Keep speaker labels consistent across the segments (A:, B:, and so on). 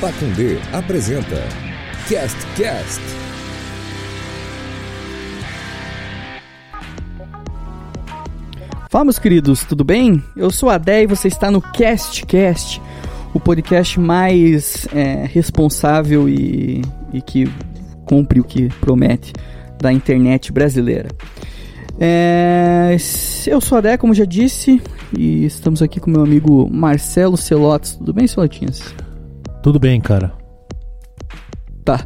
A: Pacundê apresenta Cast Cast.
B: Fala, meus queridos, tudo bem? Eu sou a Dé e você está no Cast Cast, o podcast mais é, responsável e, e que cumpre o que promete da internet brasileira. É, eu sou a Dé, como já disse, e estamos aqui com meu amigo Marcelo Celotes. Tudo bem, Celotinhas?
C: Tudo bem, cara.
B: Tá.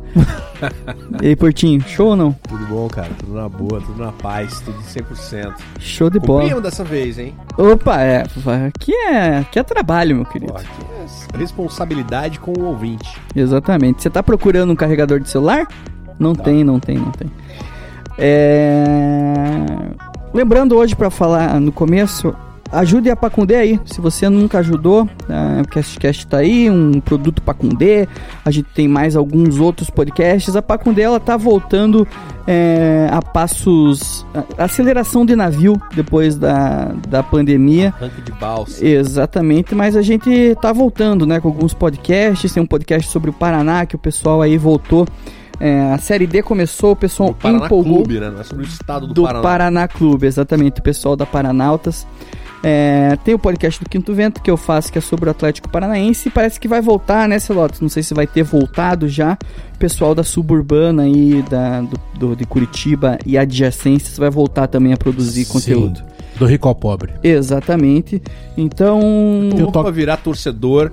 B: e aí, Portinho, show ou não?
D: Tudo bom, cara? Tudo na boa, tudo na paz, tudo 100%.
B: Show de bola.
D: Cumprimos dessa vez, hein?
B: Opa, é, aqui é, aqui é trabalho, meu querido.
D: Ó, aqui é s- responsabilidade com o ouvinte.
B: Exatamente. Você tá procurando um carregador de celular? Não tem, não tem, não tem. É... Lembrando hoje para falar no começo, ajude a Pacundê aí. Se você nunca ajudou, ah, o CastCast tá aí, um produto Pacundê. A gente tem mais alguns outros podcasts. A Pacundê ela tá voltando é, a passos, a- aceleração de navio depois da, da pandemia.
D: Rank de balsa.
B: Exatamente, mas a gente tá voltando, né, com alguns podcasts, tem um podcast sobre o Paraná que o pessoal aí voltou. É, a série D começou, o pessoal
D: O Paraná
B: empolgou
D: Clube, né? Não é sobre o estado um do,
B: do Paraná.
D: Paraná.
B: Clube, exatamente, o pessoal da Paranautas. É, tem o podcast do Quinto Vento que eu faço, que é sobre o Atlético Paranaense. e Parece que vai voltar, né, Celotes? Não sei se vai ter voltado já. O pessoal da Suburbana aí, da, do, do- de Curitiba e adjacências vai voltar também a produzir
C: Sim.
B: conteúdo.
C: Do rico ao pobre.
B: Exatamente. Então.
D: Eu
C: Eu
D: louco
C: toco-
D: pra virar torcedor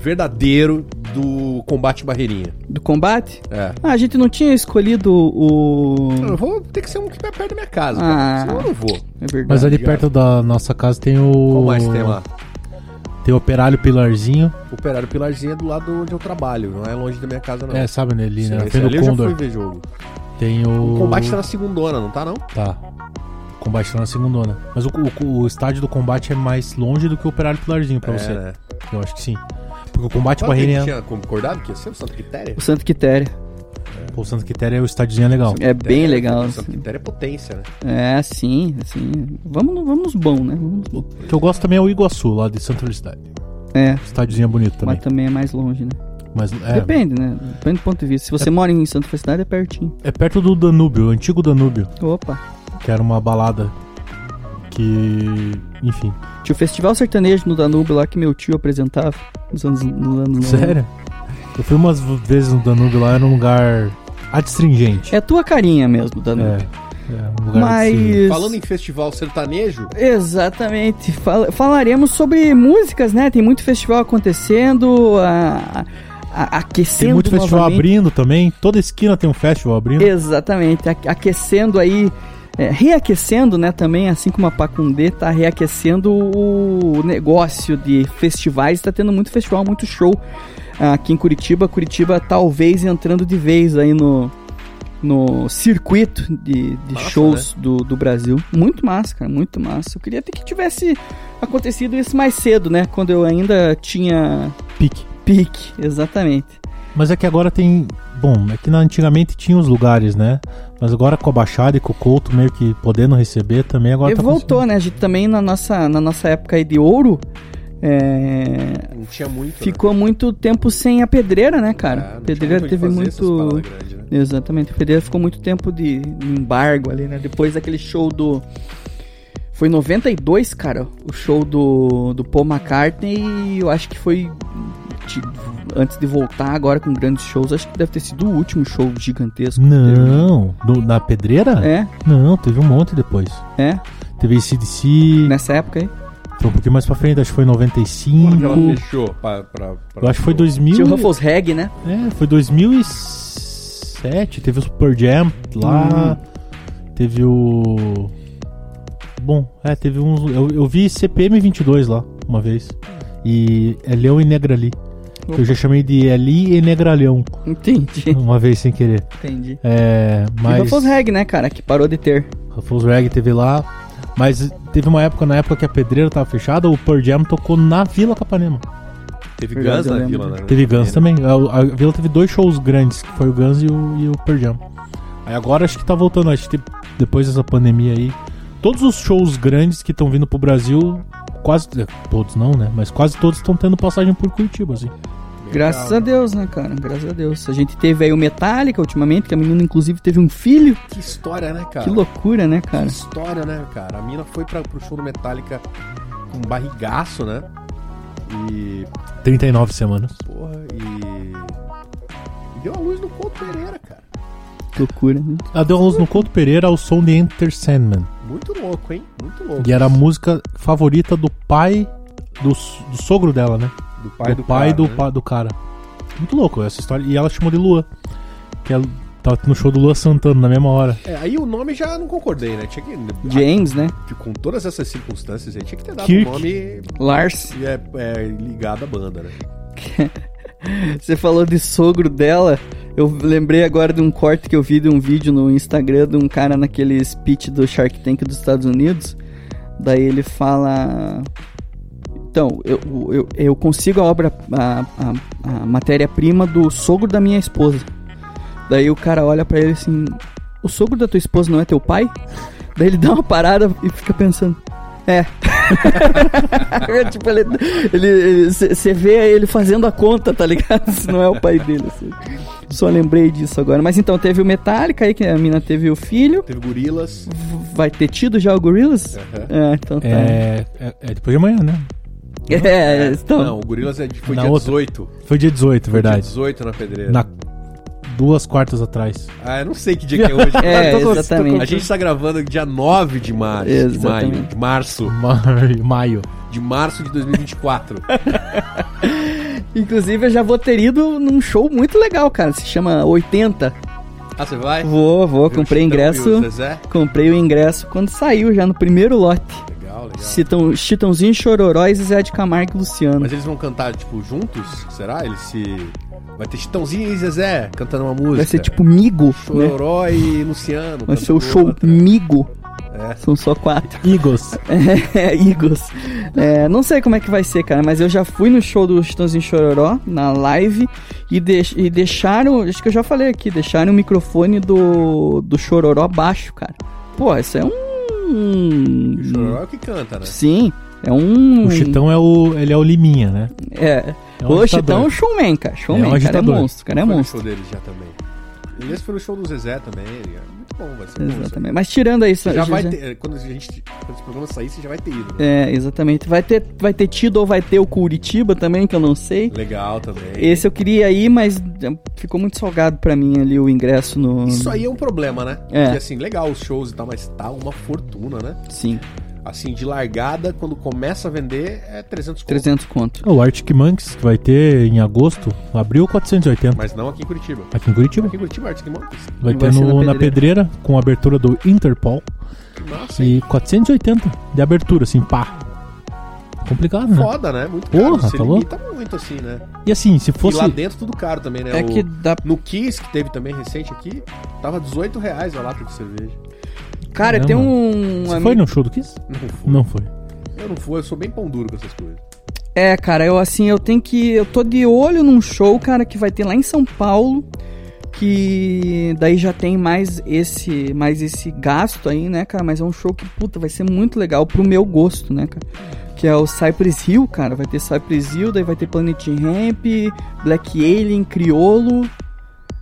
D: verdadeiro do combate barreirinha.
B: Do combate?
D: É.
B: Ah, a gente não tinha escolhido o.
D: Eu vou ter que ser um que vai perto da minha casa,
B: Ah.
D: cara. senão eu não vou.
B: É verdade.
C: Mas ali
D: Obrigado.
C: perto da nossa casa tem
D: Tá
C: o.
D: Qual mais tem lá?
C: Tem o Operário Pilarzinho.
D: O Operário Pilarzinho é do lado onde eu trabalho, não é longe da minha casa, não.
C: É, sabe, né, ali,
D: Sim,
C: né?
D: esse
C: Pelo
D: ali eu já fui
C: Condor.
D: ver jogo.
C: Tem o.
D: O combate tá na segundona, não tá, não?
C: Tá. O combate tá na segundona. Mas o, o- o estádio do combate é mais longe do que o Operário Pilarzinho pra você.
D: né?
C: Eu acho que sim. Porque o combate
D: Qual que a gente
C: barreirinha.
D: tinha concordado que ia ser o Santa Quitéria?
B: O Santo Quitéria.
C: Pô, o Santo Quitéria é o estádiozinho legal.
B: É bem
D: É,
B: legal.
D: O Santa Quitéria é potência, né?
B: É, sim, sim. Vamos, no- vamos nos bom, né? Vamos nos bom.
C: O que eu gosto também é o Iguaçu, lá de Santa Felicidade.
B: É,
C: Estádiozinho é bonito também.
B: mas também é mais longe, né?
C: Mas, é,
B: Depende, né? Depende do ponto de vista. Se você mora em Santa Felicidade, é pertinho.
C: é perto do Danúbio, o antigo Danúbio,
B: Opa.
C: que era uma balada que. Enfim.
B: Tinha o Festival Sertanejo no Danúbio lá que meu tio apresentava nos anos, nos anos 90.
C: Sério? Eu fui umas vezes no Danúbio lá, era um lugar adstringente.
B: É tua carinha mesmo, Danúbio.
C: É, é um lugar
B: Mas.
C: adstringente.
D: Falando em festival sertanejo,
B: Exatamente. Fal- falaremos sobre músicas, né? Tem muito festival acontecendo, a, a- aquecendo
C: Tem muito festival
B: novamente.
C: abrindo também, toda esquina tem um festival abrindo.
B: Exatamente, a- aquecendo aí, é, reaquecendo, né, também, assim como a Pacundê tá reaquecendo o negócio de festivais, tá tendo muito festival, muito show aqui em Curitiba, Curitiba talvez entrando de vez aí no no circuito de, de
D: Massa,
B: shows do, do Brasil. Muito massa, cara, muito massa. Eu queria até que tivesse acontecido isso mais cedo, né? Quando eu ainda tinha
C: Pique.
B: pique, exatamente.
C: Mas é que agora tem. Bom, é que na- antigamente tinha os lugares, né? Mas agora com a Baixada e com o Couto meio que podendo receber também, agora
B: E
C: tá
B: voltou, né? A gente também na nossa, na nossa época aí de ouro é,
D: não tinha muito. né?
B: ficou muito tempo sem a pedreira, né,
D: É,
B: cara? pedreira teve muito.
D: né?
B: Exatamente, a pedreira ficou muito tempo de de embargo ali, né? Depois daquele show do. Foi em 92, cara, o show do, do Paul McCartney e eu acho que foi. de- antes de voltar agora com grandes shows, acho que deve ter sido o último show gigantesco. que teve.
C: Não, do- na pedreira?
B: né? É,
C: Não, teve um monte depois.
B: é,
C: Teve CDC,
B: nessa época aí.
C: foi um pouquinho mais pra frente, acho que foi em 95.
D: Quando que ela
B: Uhum.
D: fechou? Pra, pra, pra-
C: Eu acho que foi
B: Tinha
C: 2000.
B: o Ruffles Reg, né?
C: É, foi 2007, teve o Super Jam
B: Uhum.
C: lá, teve o... Bom, é, teve uns... Eu, eu vi CPM 22 lá, uma vez, e é Leão e Negra ali. que Eu já chamei de Eli e Negra Leão,
B: Entendi,
C: uma vez sem querer.
B: entendi.
C: É,
B: E
C: mas...
B: Ruffles Reg, né, cara? Que parou de ter.
C: Ruffles Reg teve lá, mas teve uma época, na época que a pedreira tava fechada, o Pearl Jam tocou na Vila Capanema.
D: Teve
B: Verdade,
D: Guns
B: eu
D: na
B: lembro.
D: vila, né?
C: Teve Guns também. A, a Vila teve dois shows grandes, que foi o Guns e o, e o Pearl Jam. Aí agora acho que tá voltando, acho que te- depois dessa pandemia aí. Todos os shows grandes que estão vindo pro Brasil, quase. eh, Todos não, né? Mas quase todos estão tendo passagem por Curitiba, assim.
B: Graças a Deus, né, cara? Graças a Deus. A gente teve aí o Metallica ultimamente, que a menina inclusive teve um filho.
D: Que história, né, cara?
B: Que loucura, né,
D: Que
B: cara?
D: história, né, cara? A mina foi pra, pro show do Metallica com barrigaço, né? E.
C: 39 semanas.
D: Porra, e. e deu a luz no Couto Pereira, cara.
B: Que loucura, né?
C: Ela Ah, deu a luz no Couto Pereira ao som de Enter Sandman.
D: Muito louco, hein? Muito louco.
C: E era a música favorita do pai, do, s- do sogro dela, né?
D: Do
C: do pai do,
D: né?
C: pa- do cara. Muito louco essa história. E ela chamou de Lua. Que ela tava no show do Lua Santana na mesma hora.
D: É, aí o nome já não concordei, né? Tinha que.
B: James, né?
D: Ah, com todas essas circunstâncias aí, tinha que ter dado
C: Kirk.
D: um nome
B: Lars.
D: e é, é, ligado à banda, né?
B: Você falou de sogro dela. Eu lembrei agora de um corte que eu vi de um vídeo no Instagram de um cara naquele speech do Shark Tank dos Estados Unidos. Daí ele fala. Então, eu, eu, eu consigo a obra, a, a- a matéria-prima do sogro da minha esposa. Daí o cara olha pra ele assim: O sogro da tua esposa não é teu pai? Daí ele dá uma parada e fica pensando: É. tipo, ele. Você vê ele fazendo a conta, tá ligado? Se não é o pai dele. assim. Só lembrei disso agora. Mas então, teve o Metallica aí, que a mina teve o filho.
D: Teve gorilas.
B: V- Vai ter tido já o Gorillaz?
D: Aham.
B: É, então tá.
C: É, é, é depois de amanhã, né?
B: É, então.
D: Não, o Gorilas é de- foi
C: Na
D: dia
C: outra.
D: 18.
C: Foi dia 18,
D: Dia
C: verdade.
D: 18 na pedreira.
C: Na duas quartas atrás.
D: Ah, eu não sei que dia que é hoje.
B: É,
D: Eu tô-
B: exatamente.
D: A gente tá gravando dia 9 de março. De
B: Exatamente.
D: maio. De março.
C: Ma- Maio.
D: De março de 2024.
B: Inclusive, eu já vou ter ido num show muito legal, cara. Se chama 80.
D: ah, você vai?
B: Vou, vou.
D: Ver o
B: Comprei
D: Chitão e o
B: ingresso.
D: Zezé?
B: Comprei o ingresso quando saiu já no primeiro lote.
D: Legal, legal.
B: Chitão, Chitãozinho, Chororóis e Zé de Camargo e Luciano.
D: Mas eles vão cantar, tipo, juntos? Será? Eles se. Vai ter Chitãozinho e Zezé cantando uma música.
B: Vai ser tipo Migo, né?
D: Chororó e Luciano.
B: Vai ser o
D: cantando
B: show hum.
D: outra.
B: Migo.
D: É.
B: São só quatro.
C: Igos.
B: É, Igos. É, não sei como é que vai ser, cara, mas eu já fui no show do Chitãozinho Chororó, na live, e, deix- e deixaram, acho que eu já falei aqui, deixaram o microfone do, do Chororó baixo, cara. Pô, isso é
D: E O
B: um...
D: Chororó é o que canta, né?
B: Sim, é um...
C: O Chitão é o. Ele é o Liminha, né?
B: É,
C: É um
B: o
C: agitador.
B: Chitão é um showman, cara, showman, cara, é
C: agitador.
B: monstro, cara, é
D: Foi no
B: monstro.
D: show deles já também. E esse foi no show do Zezé também. ele é Muito bom, vai ser bom isso aí.
B: Exatamente, mas tirando aí...
D: Já vai
B: Zezé-
D: ter. Quando, a gente, quando esse programa sair, você já vai ter ido, né?
B: É, exatamente. Vai ter, vai ter tido ou vai ter o Curitiba também, que eu não sei.
D: Legal também.
B: Esse eu queria ir, mas eh, ficou muito salgado pra mim ali o ingresso no.
D: Isso aí é um problema, né?
B: É.
D: Porque, assim, legal os shows e tal, mas tá uma fortuna, né?
B: Sim,
D: Assim, de largada, quando começa a vender, é 300 conto.
B: 300 conto.
C: É O Arctic Monkeys, que vai ter em agosto, abril 480.
D: Mas não aqui em Curitiba.
C: Aqui em Curitiba.
D: Aqui em Curitiba, Arctic Monkeys.
B: Vai
C: Vai ter
B: ser
C: no-
B: na
C: na, pedreira. com a abertura do Interpol.
D: Nossa,
C: E 480 de abertura, assim, pá. Complicado, né?
D: foda, né? Muito caro.
C: Porra,
D: você
C: tá louco?
D: limita muito, assim, né?
C: E assim, se
D: E
C: fosse.
D: lá dentro tudo caro também, né?
B: É
D: O-
B: que dá.
D: No Kiss, que teve também recente aqui, tava 18 reais a lata de cerveja.
B: Cara,
C: Caramba.
B: tem um.
C: Você
B: ami-
C: foi no show do Kiss?
D: Não fui.
C: Não foi.
D: Eu não fui, eu sou bem pão duro com essas coisas.
B: É, cara, eu assim, eu tenho que. Eu tô de olho num show, cara, que vai ter lá em São Paulo. Que daí já tem mais esse, mais esse gasto aí, né, cara? Mas é um show que, puta, vai ser muito legal pro meu gosto, né, cara? Que é o Cypress Hill, cara. Vai ter Cypress Hill, daí vai ter Planet Ramp, Black Alien, Criolo,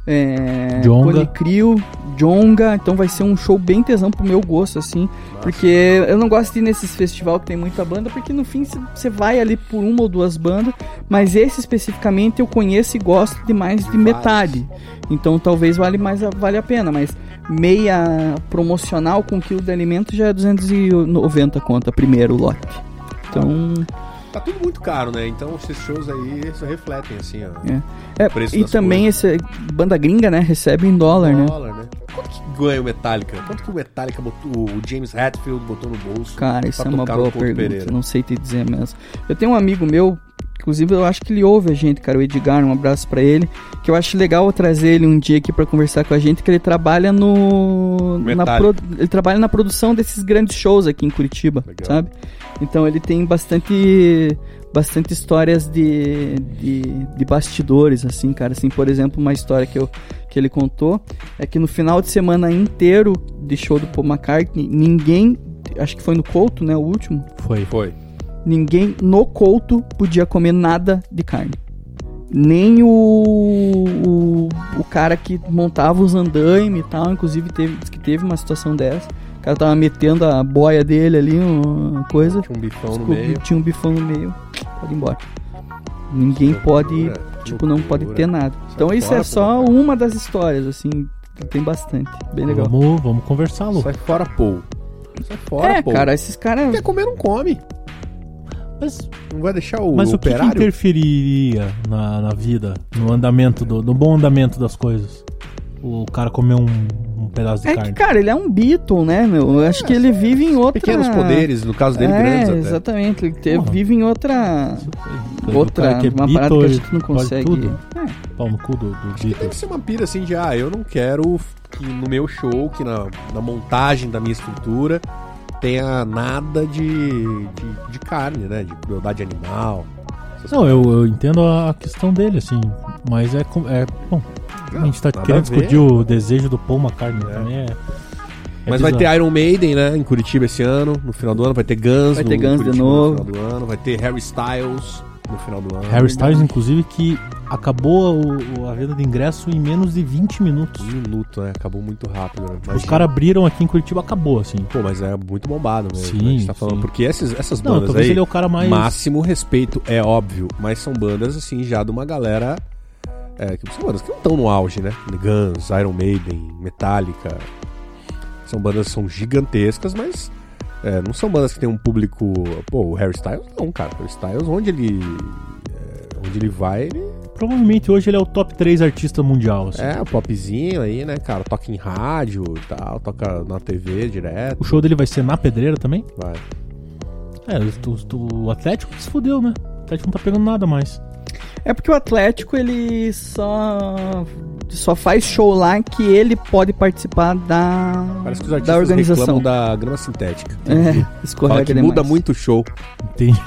B: é,
C: Djonga.
B: Crio, Jonga. Então vai ser um show bem tesão pro meu gosto, assim. Porque eu não gosto de ir nesses festival que tem muita banda, porque no fim você vai ali por uma ou duas bandas, mas esse especificamente eu conheço e gosto de mais de,
D: De vários.
B: metade. Então talvez vale mais a, vale a pena, mas meia promocional com quilo de alimento já é 290 conta, primeiro lote. Então,
D: Tá tudo muito caro, né? Então esses shows aí isso refletem, assim, ó.
B: é,
D: Preço
B: e
D: das
B: também esse banda gringa, né, recebe em dólar, né?
D: Dólar, né? Quanto que ganha o Metallica? Quanto que o Metallica botou, o James Hetfield botou no bolso?
B: Cara, isso
D: pra
B: é uma
D: tocar no
B: boa
D: Couto
B: pergunta.
D: Pereira?
B: Não sei te dizer mesmo. Eu tenho um amigo meu, inclusive eu acho que ele ouve a gente, cara, o Edgar, um abraço pra ele. Que eu acho legal eu trazer ele um dia aqui pra conversar com a gente, que ele trabalha no. Na
D: Metallica.
B: pro- ele trabalha na produção desses grandes shows aqui em Curitiba,
D: Legal.
B: sabe? Então ele tem bastante. Bastante histórias de, de, de bastidores, assim, cara. Assim, por exemplo, uma história que, eu, que ele contou é que no final de semana inteiro de show do Paul McCartney, ninguém, acho que foi no Couto, né, o último,
C: Foi.
D: Foi.
B: ninguém no Couto podia comer nada de carne. nem o, o, o cara que montava os andaime e tal, inclusive teve, diz que teve uma situação dessa. O cara tava metendo a boia dele ali, uma coisa.
D: Tinha um bifão no
B: Descobri-
D: meio.
B: Tinha um bifão no meio. Pode ir embora. Ninguém pode,
D: Loucura,
B: tipo, não pode
D: loucura.
B: ter nada. Então
D: Sai
B: isso é
D: fora,
B: só
D: pô, cara.
B: uma das histórias, assim, que tem bastante. Bem legal.
C: Vamos, vamos conversar, Lu.
D: Sai fora, Paul. Sai fora,
B: É,
D: Paul.
B: cara, esses caras.
D: Quer comer, não come.
C: Mas,
D: Não vai deixar o
C: mas o que, que
D: operário...
C: interferiria na, na vida, no andamento, do, no bom andamento das coisas? O cara comer um, um pedaço de
B: É que,
C: carne.
B: cara, ele é um Beatle, né, meu? Eu
D: É,
B: acho que ele vive em outra.
D: Pequenos poderes, no caso dele,
B: É,
D: grandes até.
B: exatamente. Ele te-
C: Porra.
B: vive em outra.
C: O
B: Outra.
C: cara que é
B: Uma parada que
C: Beatle,
B: a gente não
C: pode
B: consegue.
C: tudo.
B: É.
C: Pau no cu do, do
D: Tem
C: Beatle.
D: que ser uma pira assim de, ah, eu não quero que no meu show, que na, na montagem da minha estrutura, tenha nada de, de, de carne, né? De crueldade animal.
C: Não, eu, eu entendo a a questão dele, assim, mas é. com- é bom, a
B: Ah,
C: gente tá
D: nada
C: querendo
D: a ver.
C: discutir o desejo do Paul McCartney
D: É.
C: também. É, é
D: Mas vai
C: bizarro.
D: ter Iron Maiden, né? Em Curitiba esse ano, no final do ano. Vai ter Guns,
B: Vai
D: no,
B: ter Guns
D: Curitiba
B: de
D: no
B: novo.
D: final do ano. Vai ter Harry Styles no final do ano.
C: Harry Styles, inclusive, que acabou o- o- a venda de ingresso em menos de 20 minutos.
D: Um minuto, né? Acabou muito rápido, né?
C: Os
D: Imagina.
C: caras abriram aqui em Curitiba, acabou, assim.
D: Pô, mas é muito bombado mesmo.
C: Sim,
D: né? A gente tá falando.
C: sim.
D: Porque esses, essas
C: Não,
D: bandas
C: talvez
D: aí.
C: ele é o cara mais.
D: Máximo respeito, é óbvio, mas são bandas assim já de uma galera. É, que são bandas que não estão no auge, né? Guns, Iron Maiden, Metallica. São bandas que são gigantescas, mas é, não são bandas que tem um público. Pô, o Harry Styles não, cara. O Harry Styles, onde ele. é, onde ele vai, ele
C: Provavelmente hoje ele é o top 3 artista mundial, assim.
D: é o popzinho aí, né, cara? Toca em rádio e tal, toca na TV direto.
C: O show dele vai ser na pedreira também?
D: Vai.
C: É, o, o- o Atlético que se fudeu, né? O Atlético não tá pegando nada mais.
B: É porque o Atlético ele só só faz show lá que ele pode participar da
D: Parece que os
B: da
D: artistas
B: organização.
D: reclamam da grama sintética.
B: É,
D: Fala
B: escorrega
D: que
B: demais.
D: muda muito o show.
C: Entende?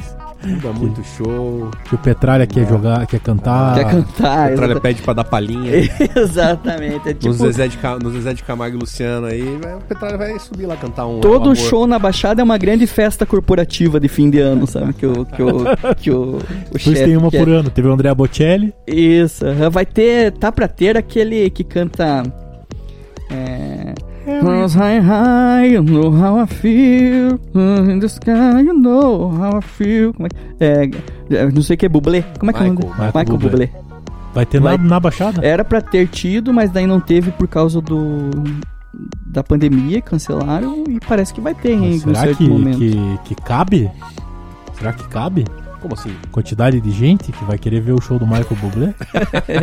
D: Muda muito o show.
C: Que o Petralha quer jogar, quer cantar.
D: Ah,
B: Quer cantar?
D: A Petralha
B: exata-
D: pede pra dar palhinha.
B: Exatamente. É Ah, tipo,
D: Nos Zezé, de Ca- nos Zezé de Camargo e Luciano aí, vai- o Petralha vai subir lá cantar um. um
B: todo
D: amor.
B: show na Baixada é uma grande festa corporativa de fim de ano, sabe? Que o que o que o, o
C: Por isso
B: chefe
C: tem uma
B: quer.
C: por ano. Teve o André Bocelli.
B: Isso. aham. Vai ter tá pra ter aquele que canta é...
D: um
B: Cause I high, hum, you know how I feel. hum, In the sky, you know how I feel. Como é que. É, é, não sei o que é Bublé. Como é que é o nome?
D: Michael,
B: dele?
C: Michael
B: Michael
C: Bublé.
B: Bublé.
C: Vai ter
B: Vai-
C: Na, na Baixada?
B: Era pra ter tido, mas daí não teve por causa do. da pandemia, cancelaram. E parece que vai ter
C: Mas
B: em um
C: será
B: certo
C: que,
B: momento.
C: que, que cabe? Será que cabe?
D: Como assim?
C: Quantidade de gente que vai querer ver o show do Michael Bublé?
D: Aqui
B: É,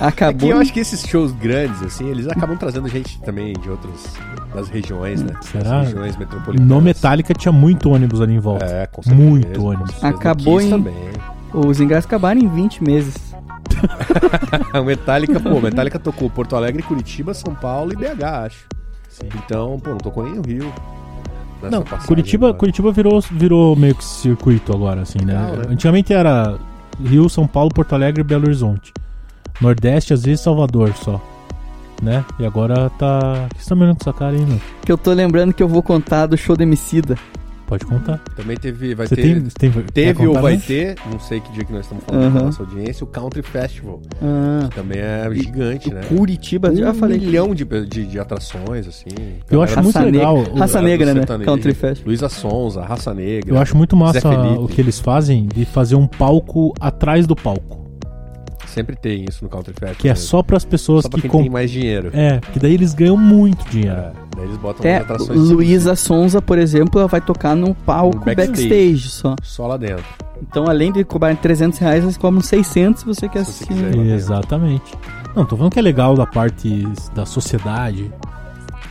B: Acabou.
D: É eu acho É que esses shows grandes, assim, eles acabam trazendo gente também de outras das regiões, né?
C: Será?
D: Das regiões metropolitanas.
C: no Metallica tinha muito ônibus ali em volta.
D: É, com certeza.
C: Muito
D: com
C: ônibus.
D: certeza.
B: Acabou
D: Kiss
B: em-
D: também.
B: Os ingressos acabaram em 20 meses.
D: A Metallica, pô, Metallica tocou Porto Alegre, Curitiba, São Paulo e BH, acho. Então, pô, não tocou nem no Rio. nessa
C: Não,
D: passagem
C: Curitiba,
D: agora.
C: Curitiba virou, virou meio que circuito agora, assim, né?
D: Legal, né?
C: Antigamente era Rio, São Paulo, Porto Alegre e Belo Horizonte. Nordeste, às vezes Salvador só. Né? E agora tá. O que você tá mirando com essa cara aí, meu?
B: Que eu tô lembrando que eu vou contar do show do Emicida.
C: Pode contar.
D: Também teve, vai
C: Você
D: ter...
C: tem, você tem.
D: Teve
C: quer
D: ou
C: contar,
D: vai
C: né?
D: ter, não sei que dia que nós estamos falando pra
B: Aham.
D: nossa audiência, o Country Festival.
B: Ah,
D: Também é gigante, né?
B: Curitiba, já falei.
D: Um milhão de, de, de atrações, assim.
C: Eu acho muito
B: Raça
C: legal.
B: Negra.
C: o-
B: Raça Negra, né?
D: sertanejo.
B: Country Fest.
D: Luísa Sonza, Raça Negra.
C: Eu acho muito
D: Zé
C: massa
D: Felipe.
C: o que eles fazem de fazer um palco atrás do palco.
D: Sempre tem isso no Country Festival.
C: Que é
D: né?
C: só pras pessoas
D: Só pra
C: que
D: quem
C: compram.
D: tem mais dinheiro.
C: É, porque daí eles ganham muito dinheiro.
D: É, Daí eles botam
B: Até
D: as atrações
B: Luísa Sonza, por exemplo, ela vai tocar num palco
D: Um
B: backstage.
D: backstage.
B: só.
D: só lá dentro.
B: Então, além de cobrarem 300 reais, eles cobram 600 se você quer
D: Se você
B: assistir.
D: quiser.
B: né?
C: Exatamente. Não, tô falando que é legal da parte da sociedade.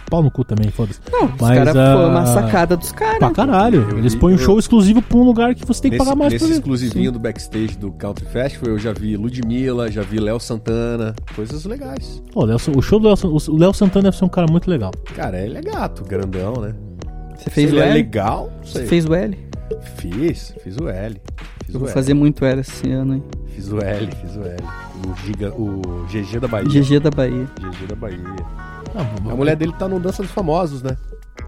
C: Pau no cu também, foda-se.
B: Não, os
C: Mas,
B: caras
C: ah,
B: foi uma sacada dos
C: Pra
B: caras.
C: caralho.
D: eu
C: Eles
D: vi-
C: põem um
D: eu-
C: show exclusivo pra um lugar que você tem que
D: nesse
C: pagar mais
D: nesse
C: pra ver.
D: exclusivinho do backstage do Country Festival, eu já vi Ludmilla, já vi Léo Santana. Coisas legais.
C: Pô, o Léo San- o show do Léo San- o Léo Santana deve ser um cara muito legal.
D: Cara, ele é gato, grandão, né?
B: Você fez
D: Se
B: o
D: ele é
B: L?
D: legal, não
B: Você
D: sei.
B: fez o L?
D: Fiz, fiz o L.
B: Eu
D: Fiz o
B: vou
D: L.
B: fazer muito L esse ano, hein?
D: Fiz o L, fiz o L. O, giga, o GG da Bahia.
B: GG da Bahia.
D: GG da Bahia.
C: Ah,
D: A mulher dele tá no Dança dos Famosos, né?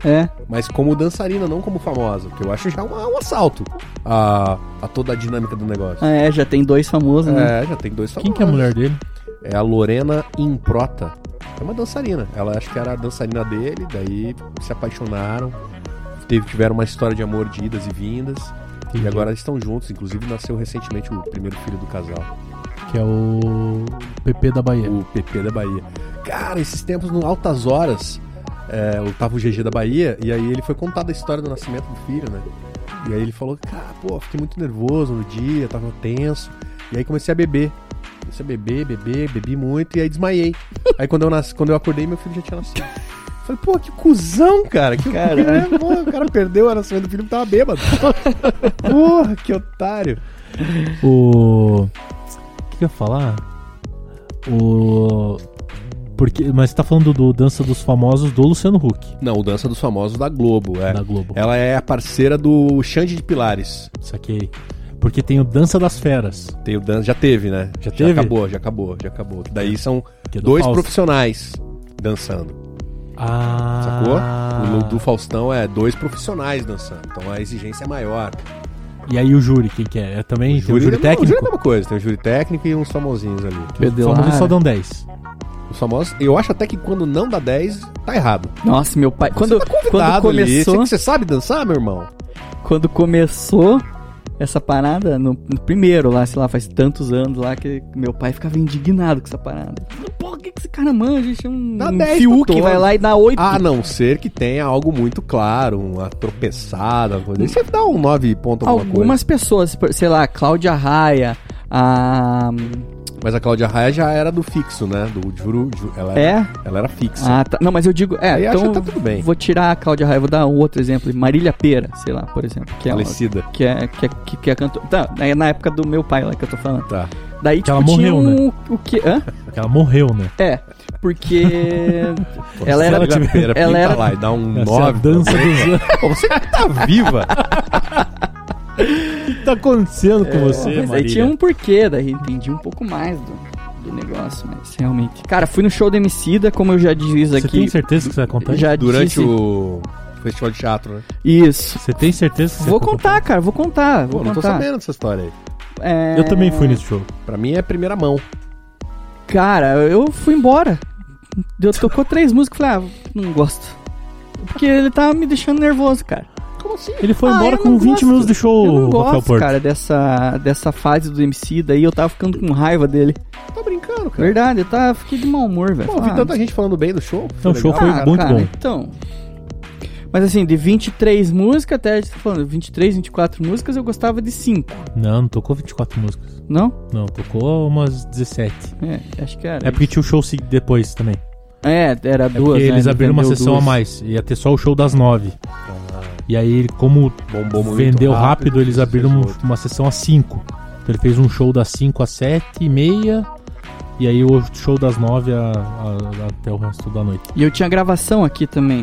B: É.
D: mas como dançarina, não como famosa, que eu acho já um, um assalto a, a toda a dinâmica do negócio.
B: Ah, é, já tem dois famosos, né?
D: É, já tem dois
C: Ah, Quem que é a mulher dele?
D: É a Lorena Improta. É uma dançarina. Ela acho que era a dançarina dele, daí se apaixonaram. Teve, tiveram uma história de amor de idas e vindas. E agora eles estão juntos. Inclusive nasceu recentemente o primeiro filho do casal,
C: Que é o PP da Bahia.
D: o PP da Bahia. Cara, esses tempos no Altas Horas, é, eu tava o GG da Bahia, e aí ele foi contado a história do nascimento do filho, né? E aí ele falou, cara, pô, fiquei muito nervoso no dia, tava tenso. E aí comecei a beber. Comecei a beber, beber, bebi muito e aí desmaiei. aí quando eu, nas... quando eu acordei, meu filho já tinha nascido. Falei, pô, que cuzão, cara. Que É,
B: Caralho.
D: Pô, o cara perdeu o nascimento do filho porque tava bêbado. Porra, que otário.
C: O. O que, que eu ia falar? O. Porque... Mas você tá falando do Dança dos Famosos do Luciano Huck,
D: Não, o Dança dos Famosos da Globo, é.
C: da Globo.
D: Ela é a parceira do Xande de Pilares.
C: Saquei. Porque tem o Dança das Feras.
D: Tem o Dan, já teve, né?
C: Já teve?
D: acabou, já acabou, já acabou. Que Daí são
C: que é do
D: dois
C: Fausto.
D: profissionais dançando,
C: Ah.
D: sacou? O do Faustão é dois profissionais dançando, então a exigência é maior.
C: E aí o júri, quem que é? É também tem
D: não,
C: o júri
D: O júri é a
C: técnico?
D: mesma coisa, tem o júri técnico e uns famosinhos ali.
B: Pedro
C: Os famosos só
B: Lara.
C: dão 10.
D: Os famosos, eu acho até que quando não dá 10, tá errado.
B: Nossa, meu pai. Quando,
D: Você tá
B: quando
D: convidado ali,
B: começou,
D: Você, você sabe dançar, meu irmão?
B: quando começou essa parada, no, no primeiro lá, sei lá, faz tantos anos lá, que meu pai ficava indignado com essa parada. Ele falou, Pô, o que, que esse cara manja? Isso é um,
D: Dá
B: um
D: 10 pra
B: Fiuk
D: todos. Ah,
B: vai lá e dá 8.
D: A não ser que tenha algo muito claro, uma tropeçada, uma coisa. Aí Você dá um 9 ponto alguma
B: Algumas pessoas, por- sei lá, Cláudia Raia, a.
D: coisa. Mas a Cláudia Raia já era do fixo, né? Do juro, ju- ela era,
B: É?
D: ela era fixa.
B: Ah, tá. Não, mas eu digo. É,
D: Aí acho
B: então.
D: que tá tudo bem.
B: Vou tirar a Cláudia Raia, vou dar um outro exemplo. Marília Pera, sei lá, por exemplo. Que é uma-
D: Falecida.
B: que é, que é, que, que é cantora. Tá, é na época do meu pai lá que eu tô falando.
D: Tá.
B: Daí,
C: Que
B: tipo,
C: ela morreu, né?
B: tinha um, o que. Hã?
C: Porque ela morreu, né?
B: É, porque. ela
D: Se
B: era.
D: ela tiver pera,
B: ela
D: pinta
B: era-
D: lá e dá um
C: Essa é a
D: 9.
C: dança dos... O
D: Pô, você tá viva?
C: que tá acontecendo com você,
B: mas aí
C: Marília?
B: tinha um porquê, daí entendi um pouco mais do, do negócio, mas realmente. Cara, fui no show do Emicida, como eu já disse
C: Você
B: aqui.
C: tem certeza que você vai contar? isso?
B: já
D: Durante
B: disse,
D: o festival de teatro, né?
B: Isso.
C: Você tem certeza que você
B: Vou
C: vai
B: contar, cara, vou contar. Vou
D: Pô, não tô
B: contar.
D: sabendo dessa história aí.
B: É,
C: Eu também fui nesse show.
D: Pra mim é primeira mão.
B: Cara, eu fui embora. Eu tocou três músicas e falei, ah, não gosto. Porque ele tava me deixando nervoso, cara.
D: Como assim?
C: Ele foi
B: Ah,
C: embora
B: eu
C: com
B: não
C: 20
B: gosto.
C: minutos de
B: eu não
C: show, Rafael
B: gosto,
C: Porto.
B: cara, dessa, dessa fase do MC daí. Eu tava ficando com raiva dele.
D: Tá brincando, cara.
B: Verdade, eu tava, fiquei de mau humor, velho. Ah, tá,
D: Pô, vi tanta gente falando bem do show.
C: Não, o show
D: legal.
C: foi muito bom.
B: Então. Mas assim, de 23 músicas até, tô falando, 23, 24 músicas, eu gostava de 5,
C: Não, não tocou 24 músicas.
B: não?
C: Não, tocou umas 17.
B: É, acho que era.
C: É porque tinha o show se- depois também.
B: É, era
C: É porque
B: duas, né?
C: eles
B: Ele
C: abriram uma
B: vendeu
C: sessão
B: duas.
C: a mais. Ia ter só o show das 9. E aí, como
D: Bombou muito.
C: vendeu rápido, eles abriram um-
D: outro.
C: uma sessão às 5. Então ele fez um show das 5 às 7 e meia. E aí o show das 9 a- a- até o resto da noite.
B: E eu tinha gravação aqui também.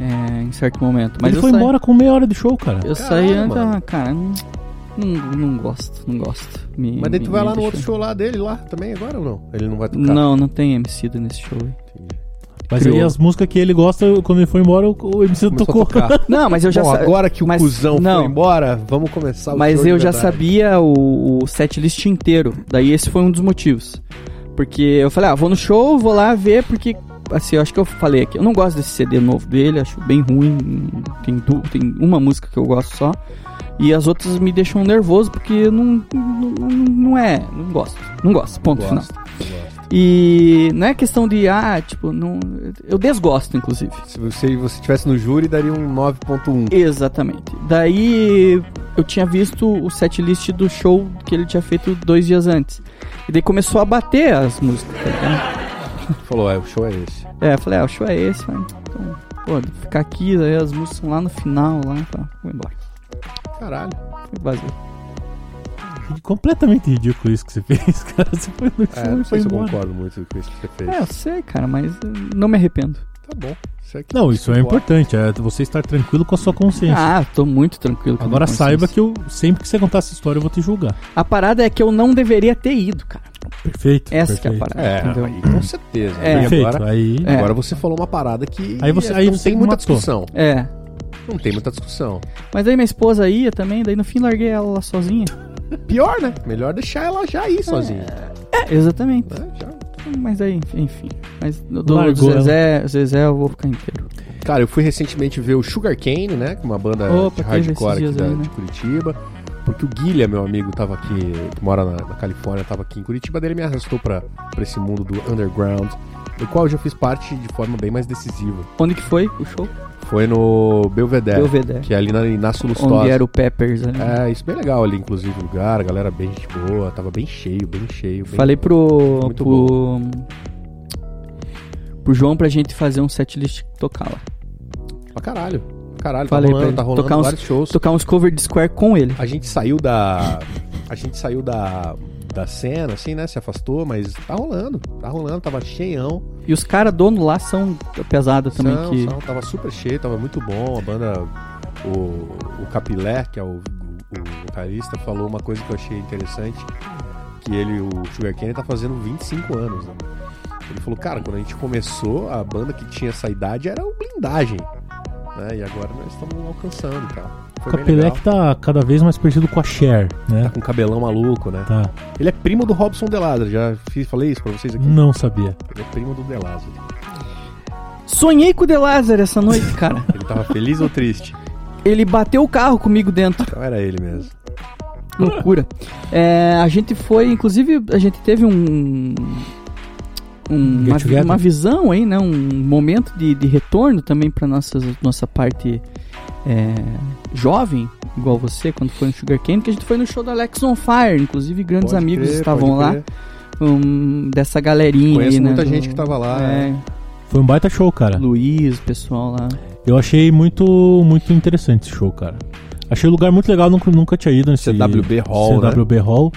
B: É, em certo momento. Mas
C: Mas ele
B: eu
C: foi
B: saí,
C: embora com meia hora de show, cara.
B: Eu
D: Caralho,
B: saí ainda,
D: mano.
B: cara, não, não, não gosto, não gosto. Me-
D: Mas daí
B: me-
D: tu vai
B: me
D: lá no
B: deixou.
D: outro show lá dele lá também agora ou não? Ele não vai tocar.
B: Não, não tem MC da nesse show. aí.
C: Mas
B: criou.
C: aí as músicas que ele gosta, eu- quando ele foi embora, o- o MC
D: Começou
C: tocou.
D: a tocar.
B: Não, mas eu já
D: Bom,
B: sa-
D: agora que o
B: mas-
D: cuzão
B: não.
D: foi embora, vamos começar Tá, o
B: Mas
D: show de
B: eu já
D: verdade.
B: sabia o, o setlist inteiro. Daí esse foi um dos motivos. Porque eu falei, ah, vou no show, vou lá ver, porque. Assim, eu acho que eu falei aqui. Eu não gosto desse CD novo dele, acho bem ruim. Tem, du- tem uma música que eu gosto só. E as outras me deixam nervoso, porque eu não, não, não- não é. Não gosto. Não gosto. Ponto final.
D: Gosto, gosto.
B: E não é questão de, ah, tipo, não. Eu desgosto, inclusive.
D: Se você, você tivesse no júri, daria um 9.1.
B: Exatamente. Daí eu tinha visto o setlist do show que ele tinha feito dois dias antes. E daí começou a bater as músicas. tá ligado?
D: Falou, é, o show é esse.
B: É, eu falei, ah, o show é esse, vai. Então, pô, vou ficar aqui, daí as músicas são lá no final, lá, tá. Vou embora.
D: Caralho.
B: Fui vazio.
C: Completamente ridículo isso que você fez, cara. Você foi no
D: É,
C: show
D: não
C: e
D: sei
C: foi
D: se eu
C: embora.
D: concordo muito com isso que você fez.
B: É, eu sei, cara, mas eh, não me arrependo.
D: Tá bom. Isso, aqui,
C: Não, isso é importante, é você estar tranquilo com a sua consciência.
B: Ah, tô muito tranquilo. com a minha
C: Agora
B: consciência.
C: saiba que eu sempre que você contar essa história eu vou te julgar.
B: A parada é que eu não deveria ter ido, cara.
C: Perfeito.
B: Essa que é a
C: perfeito.
B: parada.
D: É,
B: entendeu?
D: aí, com certeza.
B: É.
D: E
C: Perfeito.
D: agora,
C: Aí.
B: É.
D: agora você falou uma parada que é,
C: Aí você- aí
D: não
C: você
D: tem muita
C: matou.
D: discussão.
B: É.
D: Não tem muita discussão.
B: Mas aí minha esposa ia também, daí no fim larguei ela lá sozinha.
D: Pior, né? Melhor deixar ela já aí sozinha.
B: É, exatamente.
D: né? Já.
B: Mas aí, enfim. Mas do, do
C: Largou
B: Zezé, Zezé eu vou ficar inteiro.
D: Cara, eu fui recentemente ver o Sugar Cane, né? Que é uma banda
B: Opa,
D: de
B: teve
D: hardcore
B: esses dias
D: aqui da-
B: aí, né?
D: de Curitiba. Porque o Guilherme, meu amigo, tava aqui, que mora na, na Califórnia, tava aqui em Curitiba, daí ele me arrastou pra, pra esse mundo do underground, do qual eu já fiz parte de forma bem mais decisiva.
B: Onde que foi o show?
D: Foi no Belvedere,
B: Belvedere.
D: que é ali na Inácio Lustosa.
B: Onde era o Peppers ali.
D: É, isso bem legal ali, inclusive, o lugar, a galera bem gente boa, tava bem cheio, bem cheio. Bem...
B: Falei pro.
D: Muito
B: Pro, pro João pra gente fazer um setlist e tocar lá.
D: Pra caralho, pra caralho,
B: Falei
D: tá
B: pra
D: rolando,
B: ele
D: tá rolando
B: tocar uns-
D: vários shows.
B: Tocar uns cover de Square com ele.
D: A gente saiu da. A gente saiu da. Da cena, assim, né? Se afastou, mas tá rolando. Tá rolando, tava cheião.
B: E os caras dono lá são pesada também.
D: São,
B: que...
D: são, tava super cheio, tava muito bom. A banda. O, o Capilé, que é o, o vocalista, falou uma coisa que eu achei interessante. Que ele, o Sugar Cane, tá fazendo 25 anos, né? Ele falou, cara, quando a gente começou, a banda que tinha essa idade era o blindagem. Né? E agora nós estamos alcançando, cara.
C: O
D: Foi bem legal.
C: Capelec tá cada vez mais parecido com a Cher,
D: Tá
C: né?
D: com cabelão maluco, né?
C: Tá.
D: Ele é primo do Robson Deladra, já fiz, falei isso pra vocês aqui.
C: Não sabia.
D: Ele é primo do Deladra.
B: Sonhei com o The Lazar essa noite, cara.
D: Ele tava feliz ou triste?
B: Ele bateu o carro comigo dentro.
D: Então era ele mesmo.
B: Loucura. É, a gente foi, inclusive, a gente teve um. um- uma,
C: Get together.
B: uma visão aí, né? Um momento de, de retorno também pra nossas, nossa parte é, jovem, igual você, quando foi no Sugar Cane, que a gente foi no show da Alex on Fire, inclusive grandes
D: Pode
B: amigos
D: crer,
B: estavam
D: pode
B: lá,
D: crer.
B: um, dessa galerinha
D: Conheço
B: aí, né,
D: muita
B: do-
D: gente que tava lá. é.
B: É,
C: Foi um baita show, cara.
B: Luiz, o pessoal lá.
C: Eu achei muito, muito interessante esse show, cara. Achei o lugar muito legal, nunca, nunca tinha ido nesse
D: CWB Hall, né?
C: CWB Hall.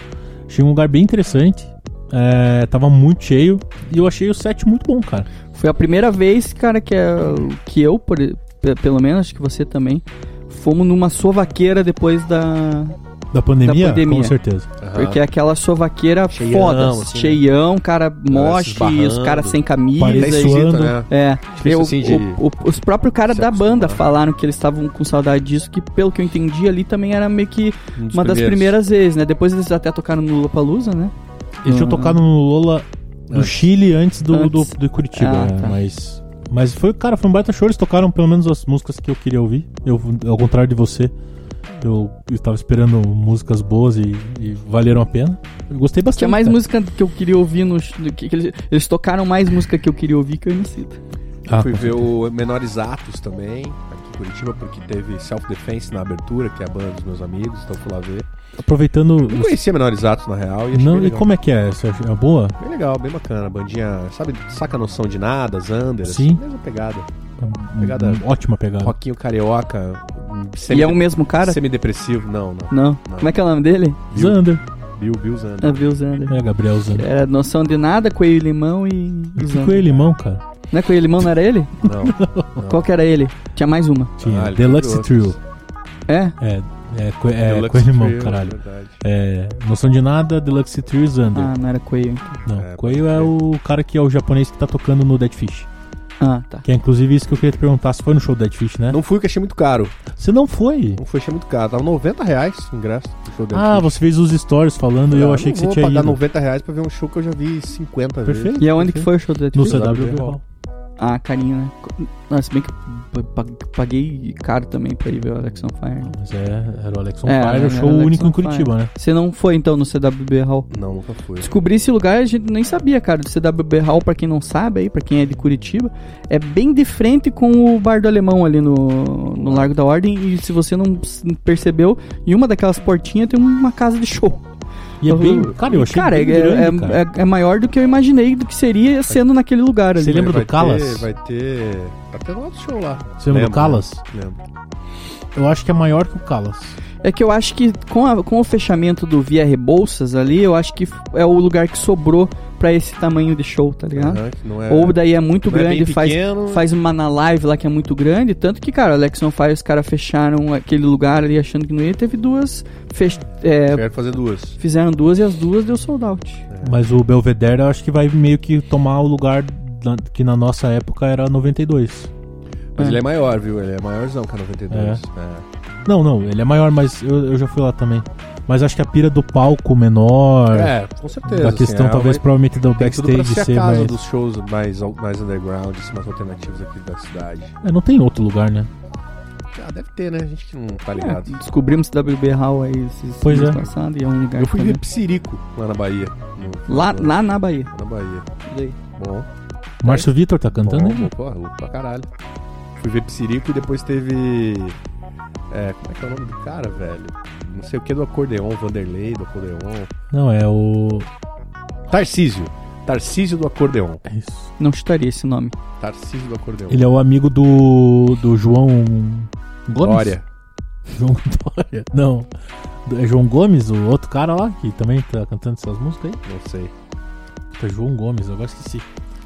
C: Achei um lugar bem interessante. É, tava muito cheio. E eu achei o set muito bom, cara.
B: Foi a primeira vez, cara, que, eu- que eu, por- pe- pelo menos, acho que você também, fomos numa sovaqueira depois da.
C: Da pandemia,
B: Da pandemia.
C: com certeza.
D: Aham.
B: Porque é aquela sovaqueira
D: Ah. Cheião,
B: foda,
D: assim, né?
B: cheião, cara
D: se
B: moche,
D: esbarrando.
B: os caras sem camisa.
C: Parece-
D: Daí
C: suando.
D: visita, né?
B: É,
D: Difícil,
B: eu-
D: assim, de
B: o- o- os próprios caras
D: se
B: da banda
D: acostumar.
B: falaram que eles estavam com saudade disso, que pelo que eu entendi ali também era meio que
D: um dos
B: uma das primeiras vezes, né? Depois eles até tocaram no Lollapalooza, né?
C: Eles
B: Uhum.
C: tinham tocado no Lola no
D: Antes.
C: Chile antes do,
B: Antes.
C: do, do Curitiba,
B: Ah,
C: né?
B: tá.
C: mas. Mas foi, cara, foi um baita show. Eles tocaram pelo menos as músicas que eu queria ouvir. Eu, ao contrário de você, eu estava esperando músicas boas e, e valeram a pena. Eu gostei bastante.
B: Tinha mais
C: cara.
B: música que eu queria ouvir no. do Que, que eles, eles tocaram mais música que eu queria ouvir que eu não cito.
C: Ah,
D: Fui
C: com
D: ver o Menores Atos também, aqui em Curitiba, porque teve Self Defense na abertura, que é a banda dos meus amigos, então fui lá ver.
C: Aproveitando.
D: Não conhecia Menores Atos na real e achei
C: Não,
D: bem
C: e
D: legal.
C: como é que é? Você acha- É boa?
D: Bem legal, bem bacana. Bandinha, sabe, saca a noção de nada, Zander,
C: Sim.
D: assim, mesma pegada. Pegada.
C: Hum, Ótima pegada.
D: Rockinho carioca,
B: E é o mesmo cara?
D: semidepressivo, não, não.
B: Não.
D: Não.
B: Como é que é o nome dele?
C: Zander.
D: Bill, Bill Zander.
B: Ah, viu, Zander.
C: É, Gabriel Zander.
B: Era noção de nada, coelho e limão e. e
C: Que
B: Zander.
C: coelho e limão, cara.
B: Não é coelho e limão, não era ele?
D: Não. Ah,
B: Qual que era ele? Tinha mais uma.
C: Tinha.
D: Caralho,
C: Deluxe
D: lembrou.
C: Trio.
B: É?
C: É, é, co- é
D: Deluxe
C: coelho e limão,
D: Trio,
C: caralho.
D: verdade.
C: É, noção de nada, Deluxe Trio e Zander.
B: Ah, não era coelho. então.
C: Não,
D: É,
C: Coelho
D: pode
C: é o cara que é o japonês que tá tocando no Dead Fish.
B: Ah, tá.
C: Que é inclusive isso que eu queria te perguntar, se foi no show do Dead Fish, né?
D: Não fui, que achei muito caro.
C: Você não foi?
D: Não foi, achei muito caro. Tava 90 reais o ingresso do show dele.
C: Ah, você fez os stories falando e eu
D: Ah,
C: achei
D: não
C: que você
D: vou
C: tinha
D: pagar
C: ido.
D: 90 reais pra ver um show que eu já vi 50 vezes.
C: Perfeito.
B: E aonde que foi o show do
C: No
B: Netflix?
C: CW Hall.
B: Ah, carinho, né? Nossa, bem que eu pa- paguei caro também pra ir ver o Alex on Fire. né?
C: Mas é, era o Alex on
B: É,
C: Fire,
B: era
C: o show
B: Alex
C: único
B: on
C: em Curitiba, né?
B: Você não foi então no CWB Hall?
D: Não, nunca fui.
B: Descobri esse lugar, a gente nem sabia, cara. O CWB Hall, pra quem não sabe aí, pra quem é de Curitiba, é bem de frente com o Bar do Alemão ali no, no Largo da Ordem. E se você não s- percebeu, em uma daquelas portinhas tem uma casa de show.
C: E é
B: Eu-
C: bem. Cara, eu achei
B: cara,
C: bem
B: é,
C: grande,
B: é-
C: cara.
B: é- é maior do que eu imaginei do que seria sendo naquele lugar ali.
C: Você lembra
D: Vai
C: do Calas?
D: Ter, vai ter. Tá tendo outro show lá.
C: Você lembra do
D: Lembro,
C: Calas?
D: Lembro.
C: Eu acho que é maior que o Calas.
B: É que eu acho que com, a- com o fechamento do Via Rebouças ali, eu acho que f- é o lugar que sobrou pra esse tamanho de show, tá ligado?
D: Aham, que não é-
B: Ou daí é muito
D: não é
B: grande,
D: bem
B: faz,
D: pequeno.
B: faz uma na live lá que é muito grande. Tanto que, cara, o Alex on Fire, os caras fecharam aquele lugar ali achando que não ia. Teve duas, fech- é,
D: Quero fazer duas.
B: fizeram duas e as duas deu sold out.
C: Mas o Belvedere eu acho que vai meio que tomar o lugar na- que na nossa época era 92.
D: Mas
B: É.
D: ele é maior, viu? Ele é maiorzão que a 92. É.
C: Não, não, ele é maior, mas eu, eu já fui lá também. Mas acho que a pira do palco menor,
D: É, com certeza.
C: da questão
D: assim, é,
C: talvez
D: mas
C: provavelmente do
D: tem tudo pra
C: backstage
D: ser,
C: ser
D: a casa
C: mais...
D: dos shows mais, al- mais underground, assim, mais alternativos aqui da cidade.
C: É, não tem outro lugar, né?
D: Ah, deve ter, né? A gente que não tá
B: É,
D: ligado.
B: descobrimos WB Hall aí esses
C: Pois
B: dias
C: é.
B: passados e é um lugar
D: Eu fui
B: também.
D: ver Psirico lá na Bahia. no-
B: lá,
D: no-
B: lá na Bahia.
D: Na Bahia. Bom.
C: Márcio Vitor tá cantando,
D: bom,
C: né?
D: pô, louco pra caralho. Fui ver Psirico e depois teve. É, como é que é o nome do cara, velho? Não sei o que do acordeon, Vanderlei do acordeon.
C: Não, é o...
D: Tarcísio. Tarcísio do acordeon.
C: É isso.
B: Não chutaria esse nome.
D: Tarcísio do acordeon.
C: Ele é o amigo do, do João Gomes.
D: Glória.
C: João Dória. Não. É João Gomes, o outro cara lá, que também tá cantando essas músicas aí.
D: Não sei.
C: Puta, João Gomes, agora esqueci.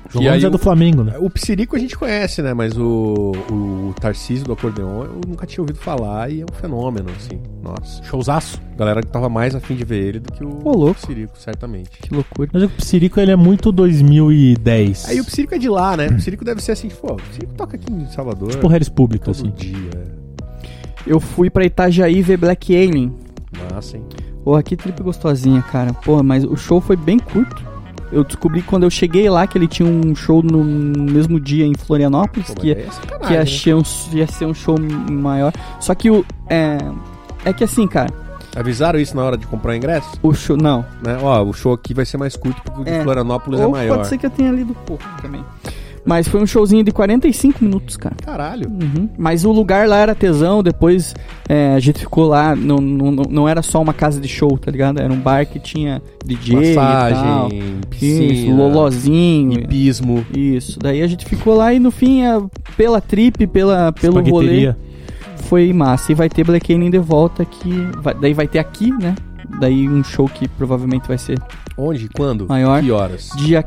C: João
D: E
C: Gomes
D: aí
C: é do
D: o-
C: Flamengo, né?
D: O Psirico a gente conhece, né? Mas o, o Tarcísio do acordeon eu nunca tinha ouvido falar e é um fenômeno, assim. Nossa.
C: Showzaço.
D: Galera que tava mais afim de ver ele do que o
B: Ô, louco.
D: Psirico, certamente.
B: Que loucura.
C: Mas o Psirico, ele é muito 2010.
D: Aí o Psirico é de lá, né? O Psirico deve ser assim, tipo, ó, o Psirico toca aqui em Salvador.
C: Tipo Harris Público,
D: todo
C: assim.
D: dia. é.
B: Eu fui pra Itajaí ver Black Alien.
D: Massa, hein?
B: Porra, que trip gostosinha, cara. Porra, mas o show foi bem curto. Eu descobri quando eu cheguei lá que ele tinha um show no mesmo dia em Florianópolis,
D: Pô, mas
B: que,
D: aí é sacanagem,
B: que
D: né?
B: achei um, ia ser um show maior. Só que o. É, é que assim, cara,
D: Avisaram isso na hora de comprar o ingresso?
B: o show. Não.
D: Né? Ó, o show aqui vai ser mais curto porque o de
B: É.
D: Florianópolis é
B: Ou
D: maior.
B: pode ser que eu tenha lido pouco também. Mas foi um showzinho de 45 minutos, cara.
D: Caralho.
B: Uhum. Mas o lugar lá era tesão, depois é, a gente ficou lá, não, não, não- não era só uma casa de show, tá ligado? Era um bar que tinha DJ, e tal.
D: Massagem, piscina,
B: isso, lolozinho.
D: hipismo.
B: Isso, daí a gente ficou lá e no fim, é, pela trip, pela, pelo rolê,
C: Espagueteria.
B: foi massa. E vai ter Black Alien de volta aqui, vai- daí vai ter aqui, né? Daí um show que provavelmente vai ser
D: Onde? Quando?
B: Maior.
D: Que horas?
B: dia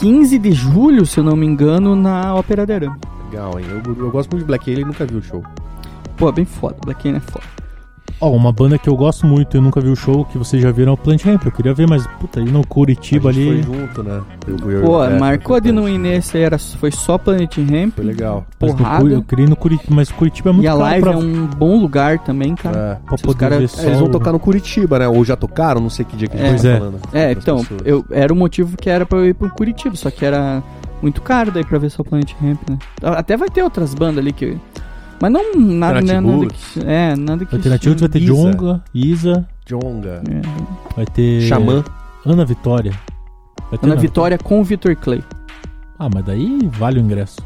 B: 15 de julho, se eu não me engano, na Ópera de Arame.
D: Legal, hein? Eu, eu gosto muito de Black Alien e nunca vi o show.
B: Pô, é bem foda, Black Alien é foda.
C: Ó, uma banda que eu gosto muito e eu nunca vi o show, que vocês já viram, é o Plant Ramp. Eu queria ver, mas, puta, aí no Curitiba
D: a gente
C: ali...
D: foi junto, né? Eu- eu-
B: Pô,
D: é,
B: marcou
D: foi
B: de não ir
D: importante.
B: nesse, era, foi só Planet Ramp.
D: Foi legal.
C: mas no
B: porrada.
C: Curi- eu queria ir no Curitiba, mas Curitiba é muito
B: E a
C: caro
B: live
C: pra,
B: é um bom lugar também, cara.
D: É.
C: pra
B: se os
C: poder
B: cara- é,
C: ver só
D: É, eles vão
C: o-
D: tocar no Curitiba, né? Ou já tocaram, não sei que dia que a
B: É.
D: gente
C: Pois
D: tá
C: é.
D: falando.
B: É,
D: pras
B: então,
D: pessoas.
B: eu, era o motivo que era pra eu ir pro Curitiba, só que era muito caro daí pra ver só Planet Ramp, né? Até vai ter outras bandas ali que. Mas não nada, né, nada que. É, nada que.
C: Vai ter Natilt, vai ter
D: Isa.
C: Jonga, Isa,
D: Jonga,
B: É.
C: vai ter...
D: Xamã.
C: Ana Vitória. Vai ter
B: Na vitória com o Victor Clay.
C: Ah, mas daí vale o ingresso.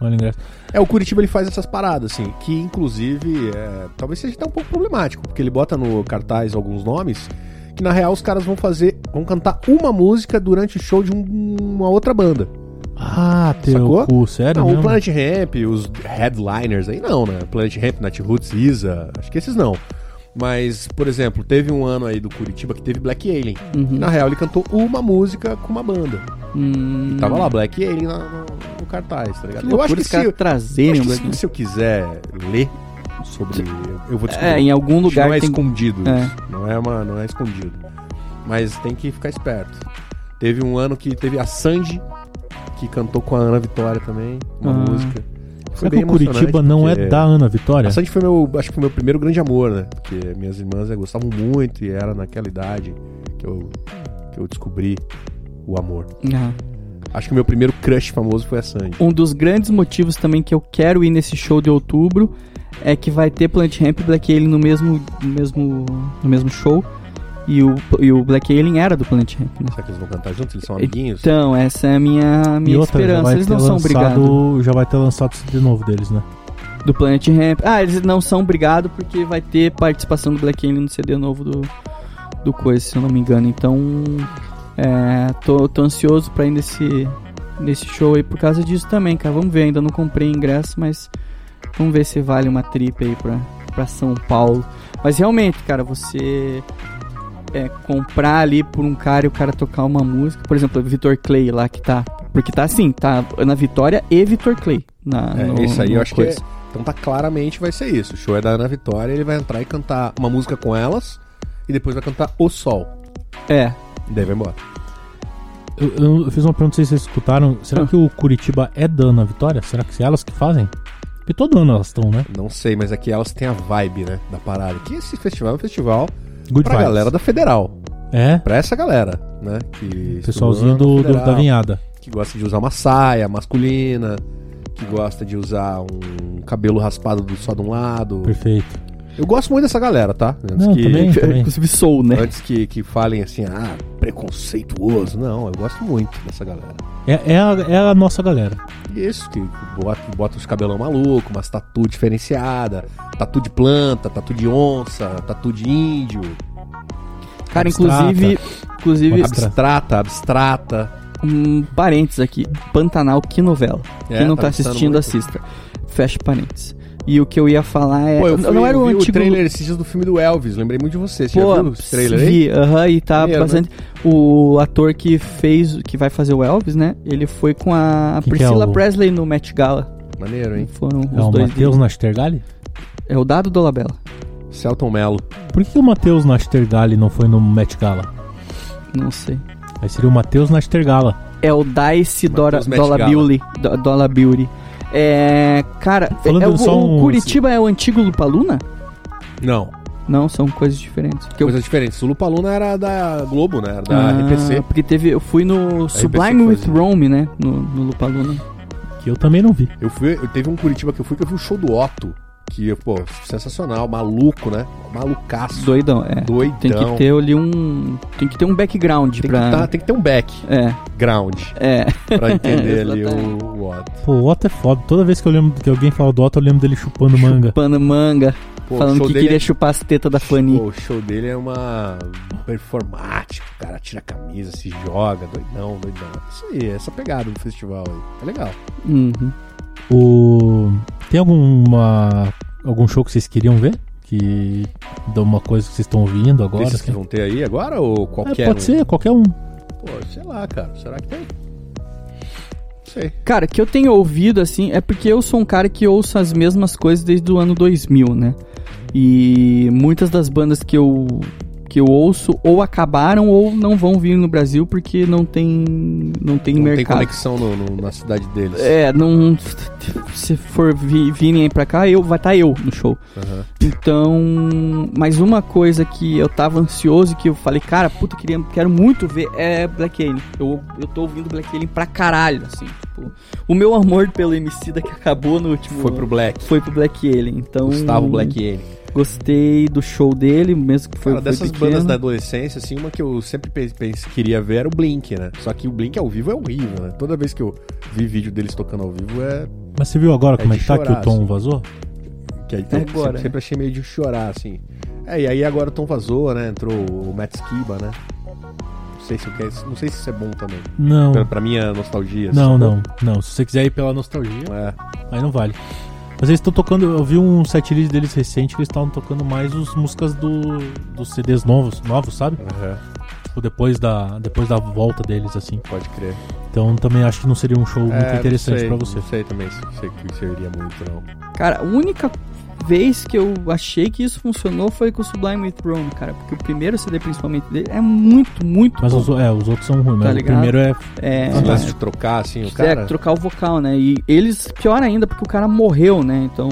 C: Vale o ingresso.
D: É, o Curitiba ele faz essas paradas, assim, que inclusive é, talvez seja até um pouco problemático, porque ele bota no cartaz alguns nomes que na real os caras vão fazer, vão cantar uma música durante o show de um- uma outra banda.
C: Ah, teu
D: Sacou?
C: cu,
B: É,
C: sério
D: não,
C: mesmo?
D: o Planet Ramp, os headliners aí não, né? Planet Ramp, Natiruts, Isa, acho que esses não. Mas, por exemplo, teve um ano aí do Curitiba que teve Black Alien.
B: Uhum.
D: E, na real ele cantou uma música com uma banda.
B: Hum,
D: E tava lá Black Alien na- no, no cartaz, tá
B: Que
D: ligado?
B: loucura
D: Tá. Eu acho que
B: esse cara
D: se, Eu
B: trazerem
D: acho
B: um
D: que
B: Black
D: se, se eu quiser ler sobre. eu- Eu vou descobrir.
B: É, em algum
C: um
D: Acho que
B: lugar
D: não é
B: tem.
D: escondido
B: É.
D: isso. Não é, uma, não é escondido. Mas tem que ficar esperto. Teve um ano que teve a Sandy, que cantou com a Ana Vitória também, uma
B: Ah.
D: música.
C: Será que o Curitiba
D: emocionante,
C: não é
D: porque é
C: da Ana Vitória?
D: A Sandy foi meu, acho que foi meu primeiro grande amor, né? Porque minhas irmãs eh, gostavam muito e era naquela idade que eu, que eu descobri o amor.
B: Ah.
D: Acho que o meu primeiro crush famoso foi a Sandy.
B: Um dos grandes motivos também que eu quero ir nesse show de outubro é que vai ter Plant Ramp e Black Alien no mesmo, no mesmo, no mesmo show. E o, e o Black Alien era do Plant Ramp, né?
D: Será que eles vão cantar juntos?
C: É
D: Eles são amiguinhos?
B: Então, essa é a minha, minha esperança. Eles não são né? brigados.
C: Já vai ter lançado o CD novo deles, né?
B: Do Planet Ramp. Ah, eles não são brigados porque vai ter participação do Black Alien no CD novo do, do Coisa, se eu não me engano. Então, é, tô, tô ansioso pra ir nesse, nesse show aí por causa disso também, cara. Vamos ver, ainda não comprei ingresso, mas vamos ver se vale uma trip aí pra, pra São Paulo. Mas realmente, cara, você é, comprar ali por um cara e o cara tocar uma música. Por exemplo, o Vitor Clay lá que tá. Porque tá assim, tá Ana Vitória e Vitor Clay. Na,
D: É,
B: no-
D: esse aí
B: no
D: eu acho
B: coisa.
D: que é- Então tá claramente vai ser isso. O show é da Ana Vitória, ele vai entrar e cantar uma música com elas e depois vai cantar O Sol.
B: É,
D: E daí vai embora.
C: Eu, eu- eu fiz uma pergunta, não sei se vocês escutaram.
D: Ah.
C: Será que o Curitiba é da Ana Vitória? Será que são elas que fazem? Porque todo ano elas estão, né?
D: Não sei, mas aqui elas têm a vibe, né, da parada. Que esse festival é um festival
C: Good
D: pra
C: vibes.
D: galera da Federal.
C: É,
D: Pra essa galera, né? Que
C: pessoalzinho
D: estudou
C: do,
D: na
C: do- da
D: Federal,
C: vinhada.
D: Que gosta de usar uma saia masculina, que gosta de usar um cabelo raspado do- só de um lado.
C: Perfeito.
D: Eu gosto muito dessa galera, tá? Antes
C: Não,
D: que,
C: também, também.
B: inclusive Soul, né?
D: Antes que, que falem assim, ah, preconceituoso. Não, eu gosto muito dessa galera.
C: É, é a, é a nossa galera.
D: Isso, que bota, bota os cabelão maluco, umas tatu diferenciada, tatu de planta, tatu de onça, tatu de índio,
B: Cara,
C: Abstrata.
B: inclusive, inclusive
C: Abstrata.
D: abstrata, abstrata.
B: um parênteses aqui. Pantanal, que novela.
D: É,
B: Quem não
D: tá
B: tá,
D: gostando
B: assistindo,
D: muito?
B: assista. Fecha parênteses. E o que eu ia falar é.
D: Pô, eu, fui,
B: não era
D: eu
B: o
D: vi
B: antigo.
D: o trailer esses dias do filme do Elvis, lembrei muito de você. Você já
B: Pô,
D: viu esse trailer aí? né?
B: vi, aham, e tá
D: Maneiro,
B: bastante. O ator que fez, que vai fazer o Elvis, né? Ele foi com a
C: Quem que é
B: Priscila
C: o-
B: Presley no Met Gala.
D: Maneiro, hein?
B: Foram
C: É
B: os
C: o
B: dois.
C: Matheus Nastergalli?
B: É o Dado Dolabella.
D: Celton Mello.
C: Por que que o Matheus Nastergalli não foi no Met Gala?
B: Não sei.
C: Aí seria o Matheus Nastergala.
B: É o Dice Dora,
D: Met
B: Dola
D: Gala.
B: Beauty. Do- Dola Beauty. É. Cara, é-
C: Falando
B: é o,
C: só
B: o
C: um-
B: Curitiba é o antigo Lupaluna?
D: Não,
B: Não, são coisas diferentes. Porque eu-
D: coisa diferente. Sulu Paluna era da Globo, né? Era da
B: Ah,
D: RPC.
B: Porque teve. Eu fui no Sublime
D: foi
B: with
D: assim.
B: Rome, né? No, no Lupaluna.
C: Que eu também não vi.
D: Eu fui, eu teve um Curitiba que eu fui que eu vi o show do Otto, que, pô, sensacional, maluco, né? Malucaço.
B: Doidão, é.
D: Doidão.
B: Tem que ter ali um. Tem que ter um background
D: Tem que,
B: pra.
D: tá- tem que ter um background
B: É, é.
D: pra entender ali o,
B: Exatamente.
D: o Otto.
C: Pô, o Otto é foda. Toda vez que eu lembro que alguém fala do Otto, eu lembro dele chupando manga.
B: Chupando manga,
D: Pô, o
B: falando
D: show
B: que
D: dele
B: queria
D: é-
B: chupar as tetas da Fanny.
D: Pô, o show dele é uma performático, o cara tira a camisa, se joga, doidão, doidão. Isso aí, essa pegada do festival aí. É legal.
B: Uhum.
C: O... Tem alguma... algum show que vocês queriam ver? Que dá uma coisa que vocês estão ouvindo agora?
D: Desses que
C: assim?
D: vão ter aí agora ou
C: É,
D: qualquer
C: pode
D: um?
C: ser, qualquer um.
D: Pô, sei lá, cara. Será que tem? Não sei.
B: Cara, que eu tenho ouvido, assim, é porque eu sou um cara que ouço as mesmas coisas desde o ano 2000, né? E muitas das bandas que eu, que eu ouço ou acabaram ou não vão vir no Brasil porque não tem, não tem
D: Não tem
B: mercado.
D: conexão no- no- na cidade deles.
B: É, não. Se for vi- virem aí pra cá, eu, vai estar eu no show.
D: Aham.
B: Então. Mas uma coisa que eu tava ansioso e que eu falei, cara, puta, queria, quero muito ver é Black Alien. Eu, eu tô ouvindo Black Alien pra caralho, assim. Tipo, o meu amor pelo MC da que acabou no último.
D: Foi pro Black.
B: foi pro Black Alien. Então.
D: Gustavo Black N.
B: Gostei do show dele, mesmo que foi.
D: Cara,
B: foi
D: dessas
B: pequeno.
D: bandas da adolescência, assim, uma que eu sempre pe- pense- queria ver era o Blink, né? Só que o Blink ao vivo é horrível, né? Toda vez que eu vi vídeo deles tocando ao vivo é.
C: Mas você viu agora
D: É
C: como é
D: de
C: que tá que
D: chorar,
C: o Tom
D: assim.
C: vazou?
D: Que aí eu
B: Agora,
D: sempre,
B: né?
D: sempre achei meio de chorar, assim. É, e aí agora o Tom Vazoa, né? Entrou o Matt Skiba, né? Não sei se eu quero. Não sei se isso é bom também.
C: Não,
D: Pra, pra minha nostalgia.
C: não,
D: assim.
C: não, não. Se você quiser ir pela nostalgia,
D: É.
C: aí não vale. Mas eles estão tocando... Eu vi um setlist deles recente que eles estavam tocando mais os músicas do, dos CDs novos, novos, sabe?
D: aham,
C: Tipo, depois da, depois da volta deles, assim.
D: pode crer.
C: Então também acho que não seria um show
D: É,
C: muito
D: não
C: interessante
D: sei,
C: pra você.
D: Não sei também se, se que serviria muito, não.
B: Cara, a única vez que eu achei que isso funcionou foi com o Sublime With Rome, cara. Porque o primeiro CD, principalmente dele, é muito, muito.
C: Mas
B: bom.
C: os, é, os outros são ruins,
B: Tá
C: mas o
B: ligado?
C: primeiro é.
B: É,
D: Esse lance de trocar, assim, o
B: é,
D: cara.
B: trocar o vocal, né? E eles, pior ainda, porque o cara morreu, né? Então,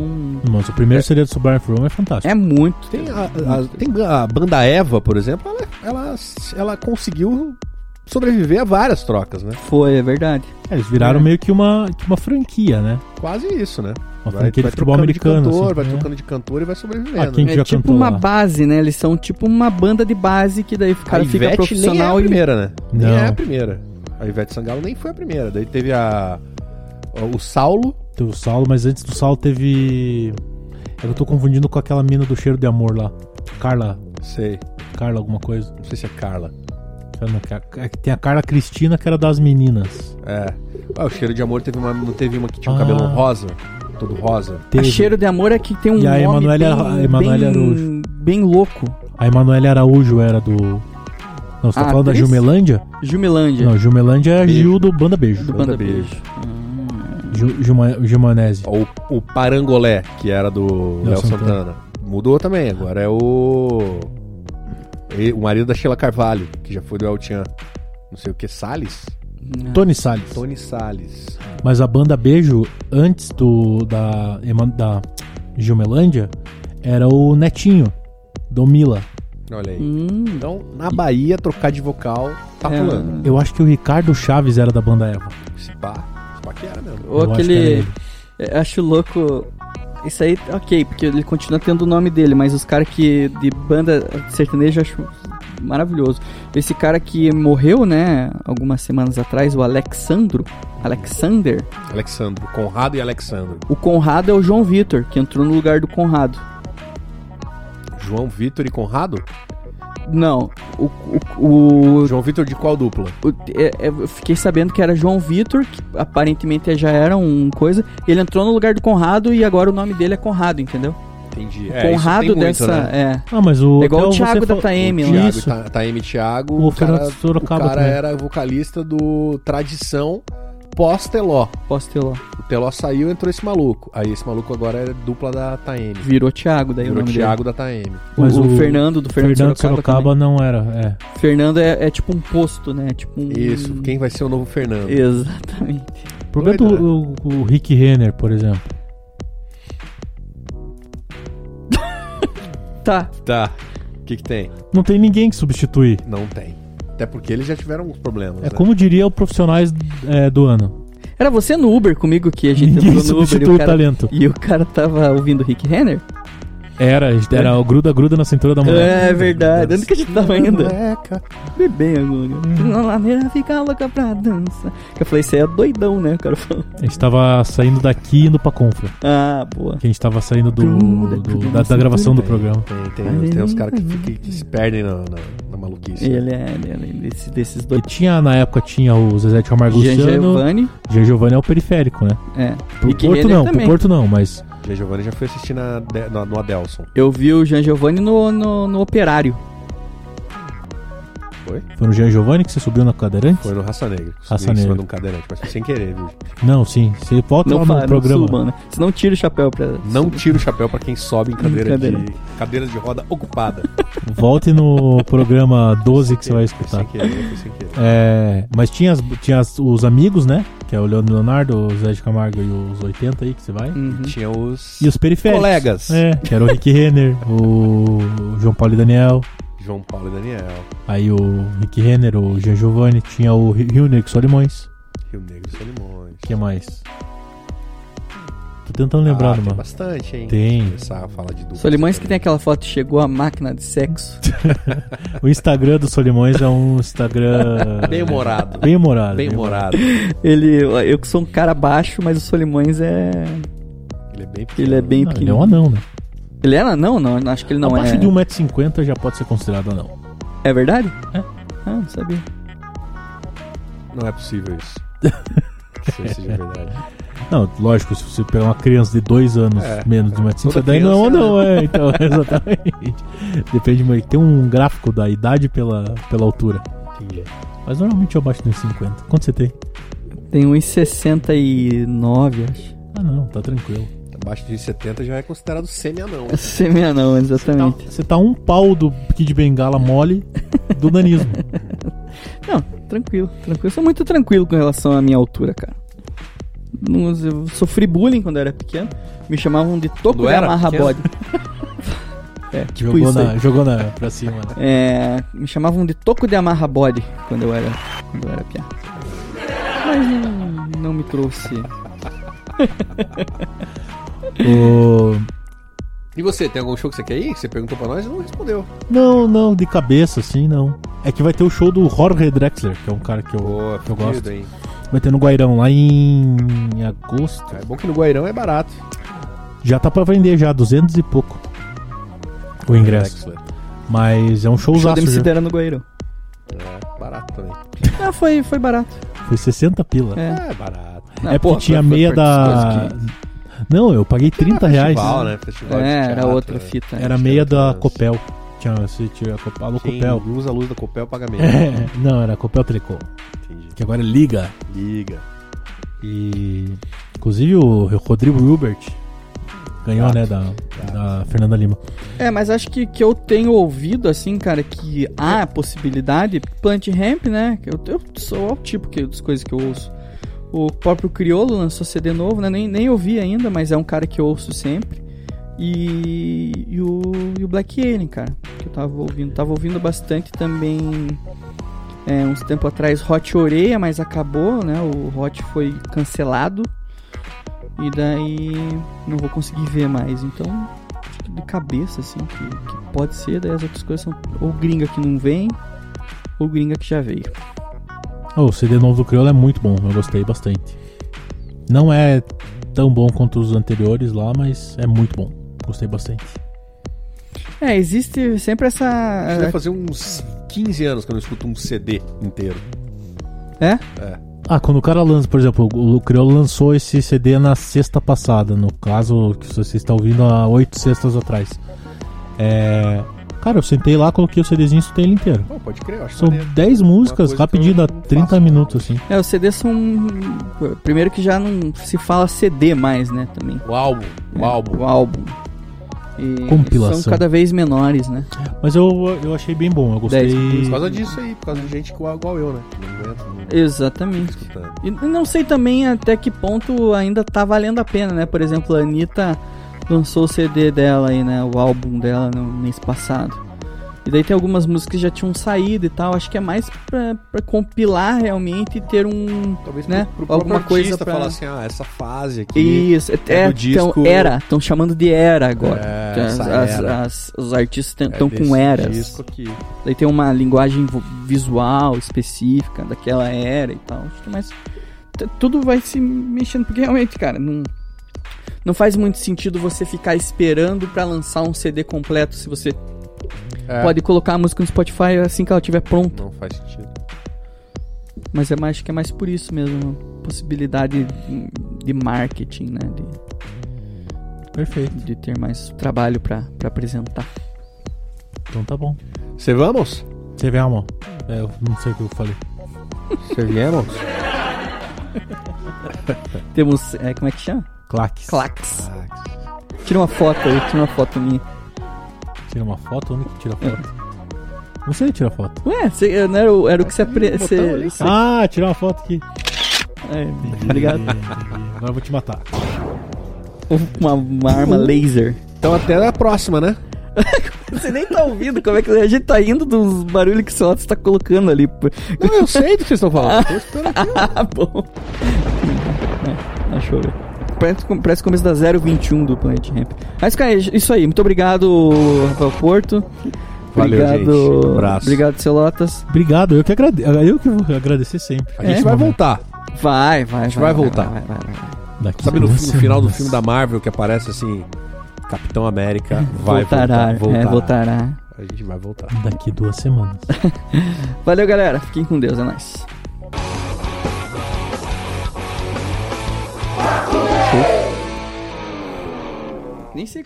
C: Mas o primeiro seria do Sublime From é fantástico.
B: é muito.
D: Tem a, a- tem a banda Eva, por exemplo, ela, ela, ela conseguiu sobreviver a várias trocas, né?
B: Foi, é verdade.
C: É, eles viraram
B: É.
C: meio que uma, que uma franquia, né?
D: Quase isso, né?
C: Uma franquia de futebol
D: trocando
C: americano.
D: De cantor,
C: assim,
D: vai
C: né?
D: trocando de cantor e vai sobrevivendo.
C: Ah, quem-
D: né?
C: gente já
B: É tipo
C: cantou
B: uma
C: lá.
B: base, né? Eles são tipo uma banda de base que daí o cara
D: a
B: fica
D: Ivete nem é a
B: profissional e.
D: primeira, né? Nem
C: Não.
D: é a primeira. A Ivete Sangalo nem foi a primeira. Daí teve a o Saulo.
C: Teve o Saulo, mas antes do Saulo teve. É que Eu tô confundindo com aquela mina do cheiro de amor lá. Carla.
D: Sei,
C: Carla, alguma coisa.
D: não sei se é Carla.
C: Eu não quero- é que Tem a Carla Cristina, que era das meninas.
D: É. Ah, o Cheiro de Amor teve uma, não teve uma que tinha um
C: Ah.
D: cabelão rosa, todo rosa.
B: A
C: Teve.
B: Cheiro de Amor é que tem um
C: E a
B: nome
C: Emanuele-
B: bem,
C: a Emanuele
B: bem,
C: Araújo.
B: bem louco.
C: A Emanuele Araújo era do, Não, você tá
B: A
C: falando da
B: atriz?
C: Jumelândia?
B: Jumelândia.
C: Não, Jumelândia é
D: Beijo.
C: Gil do Banda Beijo.
B: do
D: Banda
B: Banda Beijo.
D: Beijo.
C: Gil, Gilma, Gilmanese.
D: O, o Parangolé, que era do
C: Léo
D: Léo Santana.
C: Santana.
D: Mudou também, agora é o. e- O marido da Sheila Carvalho, que já foi do El Chan. Não sei o que, Salles?
C: Tony Salles.
D: Tony Salles.
C: Mas a Banda Beijo, antes do da, Eman- da Gilmelândia, era o Netinho, Domila.
D: Olha aí.
B: Hum,
D: Então, na Bahia, trocar de vocal tá
B: É.
D: pulando.
C: Eu acho que o Ricardo Chaves era da Banda Eva.
D: Se pá, se pá que era mesmo.
B: ou
C: Eu acho que era
B: aquele.
C: ele.
B: é, Acho louco. Isso aí, ok, porque ele continua tendo o nome dele, mas os caras que. de banda sertaneja eu acho maravilhoso. Esse cara que morreu, né, algumas semanas atrás, o Alexandro. Alexander.
D: Alexandro, Conrado e Alexandro.
B: O Conrado é o João Vitor, que entrou no lugar do Conrado.
D: João Vitor e Conrado?
B: Não, o. o, o-
D: João Vitor de qual dupla?
B: o- é- é, eu fiquei sabendo que era João Vitor, que aparentemente já era um coisa. Ele entrou no lugar do Conrado e agora o nome dele é Conrado, entendeu?
D: Entendi.
B: O Conrado dessa.
D: né?
B: é.
C: Ah, mas o.
B: É igual
C: até
B: o Thiago
C: você
B: da
C: fa-
B: KM,
C: o
B: lá.
D: Thiago,
C: é Isso.
D: Ta- Taeme Thiago.
C: O
D: cara-
C: Fernando Sorocaba
D: O cara
C: também.
D: era vocalista do Tradição pós-Teló.
B: Posso ter lá.
D: O Teló saiu entrou esse maluco. Aí esse maluco agora é dupla da Taeme.
B: Virou Thiago, daí
D: Virou
B: o nome
D: Thiago da Taeme.
B: dele.
C: Mas
B: o,
C: o
B: Fernando, do Fernando,
C: Fernando
B: Sorocaba.
C: Sorocaba não era.
B: também. Fernando é, é tipo um posto, né? É Tipo um...
D: Isso, quem vai ser o novo Fernando?
B: Exatamente.
C: É. Por exemplo,
D: Doido,
C: o, o Rick Renner, por exemplo.
B: Tá.
D: Tá. O que, que tem?
C: Não tem ninguém que substituir.
D: Não tem. Até porque eles já tiveram uns problemas.
C: É
D: né?
C: como diria o profissionais é, do ano.
B: Era você no Uber comigo que a gente
C: Ninguém
B: entrou no Uber e
C: substitui
B: o
C: o
B: cara...
C: talento.
B: E o cara tava ouvindo Rick Renner?
C: Era, era o gruda-gruda na cintura da mulher.
B: É verdade. Onde que a gente tava ainda?
D: Moleca.
B: Bebê agora.
C: Hum.
B: Na ladeira fica louca pra dança. Que eu falei, isso aí é doidão, né? O cara falou.
C: A gente tava saindo daqui e indo pra Confra.
B: Ah, boa.
C: Que a gente tava saindo do, do- da, da gravação do programa.
D: Tem, tem, tem uns caras que, ficam- que se perdem na, na- na maluquice. né?
B: Ele é, ele é desse- desses
C: E
B: dois.
C: tinha, na época, tinha o Zezé de Camargo
B: Jean
C: Luciano.
B: Giovanni.
C: Jean Giovanni é o periférico, né?
B: É.
C: Pro
B: Rick
C: Porto
B: Renner
C: não,
B: também.
C: pro Porto não, mas
D: Gia Giovanni já foi assistir na, de- na- no Adelson.
B: Eu vi o Jean Giovanni no, no, no Operário.
C: foi no Jean Giovanni que você subiu na cadeirante?
D: Foi no Raça Negra. que
C: Raça
D: subiu em cima
C: Negra.
D: de um cadeirante, mas foi sem querer, viu?
C: Não, sim. Você volta
B: Não
C: lá
B: fala,
C: no programa.
B: não suba, né? Você não tira o chapéu pra...
D: Não tira o chapéu pra quem sobe em cadeira,
B: Cadeirante.
D: de cadeira de roda ocupada.
C: Volte no programa 12 que você vai
D: Foi
C: escutar.
D: sem querer, foi sem querer.
C: É, mas tinha, as- tinha as- os amigos, né? Que é o Leandro Leonardo, o Zé de Camargo e os 80 aí que você vai.
B: Uhum.
D: Tinha os,
C: E os periféricos.
D: colegas.
C: É, que era o Rick Renner, o João Paulo e Daniel.
D: João Paulo e Daniel,
C: Aí o Rick Renner, o Jean Giovanni, tinha o Hilner Solimões.
D: Rio Negro e Solimões.
C: O que é mais? Tô tentando
D: Ah,
C: lembrar,
D: tem
C: mano.
D: bastante, hein?
C: Tem.
D: Começar a falar de dupla.
B: Solimões que tem aquela foto, chegou a máquina de sexo.
C: O Instagram do Solimões é um Instagram.
D: Bem humorado.
C: Bem humorado.
D: Bem morado.
B: Ele, eu que sou um cara baixo, mas o Solimões é...
D: Ele é bem pequeno.
B: Ele é bem
C: Não, ele é
B: pequenininho.
C: um anão, né?
B: Ele era não, não, acho que ele não
C: Abaixo
B: é.
C: de 1,50m já pode ser considerado anão.
B: É verdade?
C: É.
B: Ah, não sabia.
D: Não é possível isso. Que isso seja é verdade.
C: Não, lógico, se você pegar uma criança de dois anos
D: É.
C: menos de 1,50m,
D: Toda
C: daí não,
D: criança, né?
C: não, é. Então, exatamente. Depende, mas tem um gráfico da idade pela, pela altura.
D: Entendi.
C: Mas normalmente eu abaixo de 1,50m. Quanto você tem?
B: Tem um uns 69, acho.
C: Ah, não, tá tranquilo.
D: Abaixo de 70 já é considerado semi-anão.
B: Semia é não, exatamente.
C: Você tá um pau do Kid Bengala mole do nanismo.
B: Não, tranquilo, tranquilo. Eu sou muito tranquilo com relação à minha altura, cara. Não- Eu sofri bullying quando eu era pequeno. Me chamavam de toco
D: Quando
B: de
D: era
B: amarra
D: pequeno?
B: bode. É, tipo
C: jogou,
B: isso.
C: na,
B: aí.
C: jogou na, pra cima, né?
B: É, me chamavam de toco de amarra bode quando eu era, quando eu era piá. Mas não, não me trouxe.
C: O-
D: E você, tem algum show que você quer ir? Que Você perguntou pra nós e não respondeu.
C: Não, não, de cabeça, assim, não. É que vai ter o show do Jorge Drexler, que é um cara que eu,
D: Boa,
C: que eu gosto.
D: hein?
C: Vai ter no Guairão, lá em, em agosto.
D: É bom que no Guairão é barato.
C: Já tá pra vender já, 200 e pouco o ingresso.
D: Drexler.
C: Mas é um
B: Show de
C: showzaço,
B: MC
C: já.
B: Dera no Goeirão.
D: É, barato também.
B: Ah, foi, foi barato.
C: Foi 60 pila. É,
B: É.
D: É, barato.
B: Não,
C: porque
B: porra,
C: tinha
B: foi- foi
C: meia
B: por
C: da...
B: desgosto
C: Não, eu paguei 30 reais.
D: Festival, né? Festival
B: que-
D: de
B: É, era
D: teatro,
B: outra
D: né?
B: fita.
C: Era
D: Acho que
C: meia
B: né?
D: era
C: da
D: trans.
C: Copel. tinha, se tinha Copel, alô
D: Quem
C: Copel.
D: usa a luz da Copel paga menos.
C: É, não, era Copel Telecom,
D: Entendi.
C: que agora é Liga.
D: Liga.
C: E inclusive o Rodrigo Hilbert ganhou, né, da, da Fernanda Lima.
B: É, mas acho que, que eu tenho ouvido, assim, cara, que há a possibilidade. Plant Ramp, né? que Eu, eu sou o tipo que, das coisas que eu ouço. O próprio Criolo lançou CD novo, né? Nem, nem ouvi ainda, mas é um cara que eu ouço sempre. E, e, o, e o Black Alien, cara, que eu tava ouvindo. Tava ouvindo bastante também. é, uns tempo atrás, Hot Oreia, mas acabou, né? O Hot foi cancelado. E daí não vou conseguir ver mais. Então acho que de cabeça, assim, que, que pode ser, daí as outras coisas são ou gringa que não vem, ou gringa que já veio.
C: Oh, o CD novo do Criolo é muito bom, eu gostei bastante. Não é tão bom quanto os anteriores lá, mas é muito bom. Gostei bastante.
B: É, existe sempre
D: Isso deve
B: essa.
D: fazer uns 15 anos que eu não escuto um CD inteiro.
B: É?
C: Ah, quando o cara lança, por exemplo, o Criolo lançou esse CD na sexta passada, no caso que você está ouvindo há oito sextas atrás. É. Cara, eu sentei lá, coloquei o CDzinho e escutei ele inteiro.
D: Pô, pode crer, eu acho
C: São
D: maneiro.
C: 10 músicas,
D: coisa que
C: rapidinho,
D: eu
C: dá
D: não
C: 30
D: faço.
C: minutos, assim.
B: É, os CDs são. Primeiro que já não se fala CD mais, né? Também.
D: O álbum,
B: É.
D: o álbum.
B: O álbum. E
C: Compilação.
B: São cada vez menores, né?
C: Mas eu, eu achei bem bom, eu gostei.
B: Dez minutos.
D: Por causa disso aí, por causa de gente igual igual eu, né? Não aguento, não aguento
B: Exatamente.
D: escutando.
B: E não sei também até que ponto ainda tá valendo a pena, né? Por exemplo, a Anitta lançou o CD dela aí, né? O álbum dela no mês passado. E daí tem algumas músicas que já tinham saído e tal. Acho que é mais pra, pra compilar realmente e ter um.
D: Talvez
B: né?
D: pro, pro próprio
B: Alguma coisa
D: artista
B: pra.
D: falar assim, ah, essa fase aqui.
B: Isso, é,
D: do disco-
B: então, era, estão chamando de era agora.
D: É,
B: As-
D: essa
B: as-
D: era.
B: as- os artistas
D: é
B: estão
D: desse
B: com eras.
D: Disco aqui.
B: Daí tem uma linguagem vo- visual específica daquela era e tal. Acho que mais t- tudo vai se mexendo porque realmente, cara, não não faz muito sentido você ficar esperando pra lançar um CD completo se você
D: É,
B: pode colocar a música no Spotify assim que ela estiver pronta.
D: Não faz sentido.
B: Mas é mais acho que é mais por isso mesmo, uma possibilidade de, de marketing, né, de,
C: Perfeito.
B: de ter mais trabalho pra pra apresentar.
C: Então tá bom.
D: Você vamos?
C: Você vê a mão. É, eu não sei o que eu falei.
D: Você viemos?
B: Temos, é, como é que chama?
C: Claques.
B: Clax.
D: Ah,
B: Tira uma foto aí, tira uma foto minha.
C: Tira uma foto? Onde que tira foto? Não sei tirar foto.
B: Ué, cê, não era, o- era o que você apre...
D: botão
B: cê-
D: ali,
B: cê-
C: Ah, tirar uma foto aqui.
D: Tá
B: é, obrigado.
C: Agora eu vou te matar.
B: Uma, uma arma laser.
D: Então até a próxima, né?
B: Você nem tá ouvindo como é que... A gente tá indo dos barulhos que o Sotos tá colocando ali. pô.
D: Não, eu sei do que vocês estão falando. Tô esperando aqui.
B: Ah, bom. É, deixa eu ver. Parece, com- parece o começo da 021 do Planet Ramp. Mas, cara, é isso aí. Muito obrigado, Rafael Porto.
D: Valeu,
B: obrigado,
D: gente. Um abraço.
B: Obrigado, Celotas.
C: Obrigado, eu que agradeço. Eu que vou agradecer sempre. É,
D: A gente
B: é?
D: vai voltar.
B: Vai, vai, A
D: gente vai voltar.
B: Vai, vai, vai, vai.
C: Daqui
D: Sabe no,
C: duas
D: no final do
C: semanas.
D: filme da Marvel que aparece assim, Capitão América vai
B: voltará,
D: voltar, voltar.
B: É, voltará.
D: A gente vai voltar.
C: Daqui duas semanas.
B: Valeu, galera. Fiquem com Deus. É nóis. Nem sei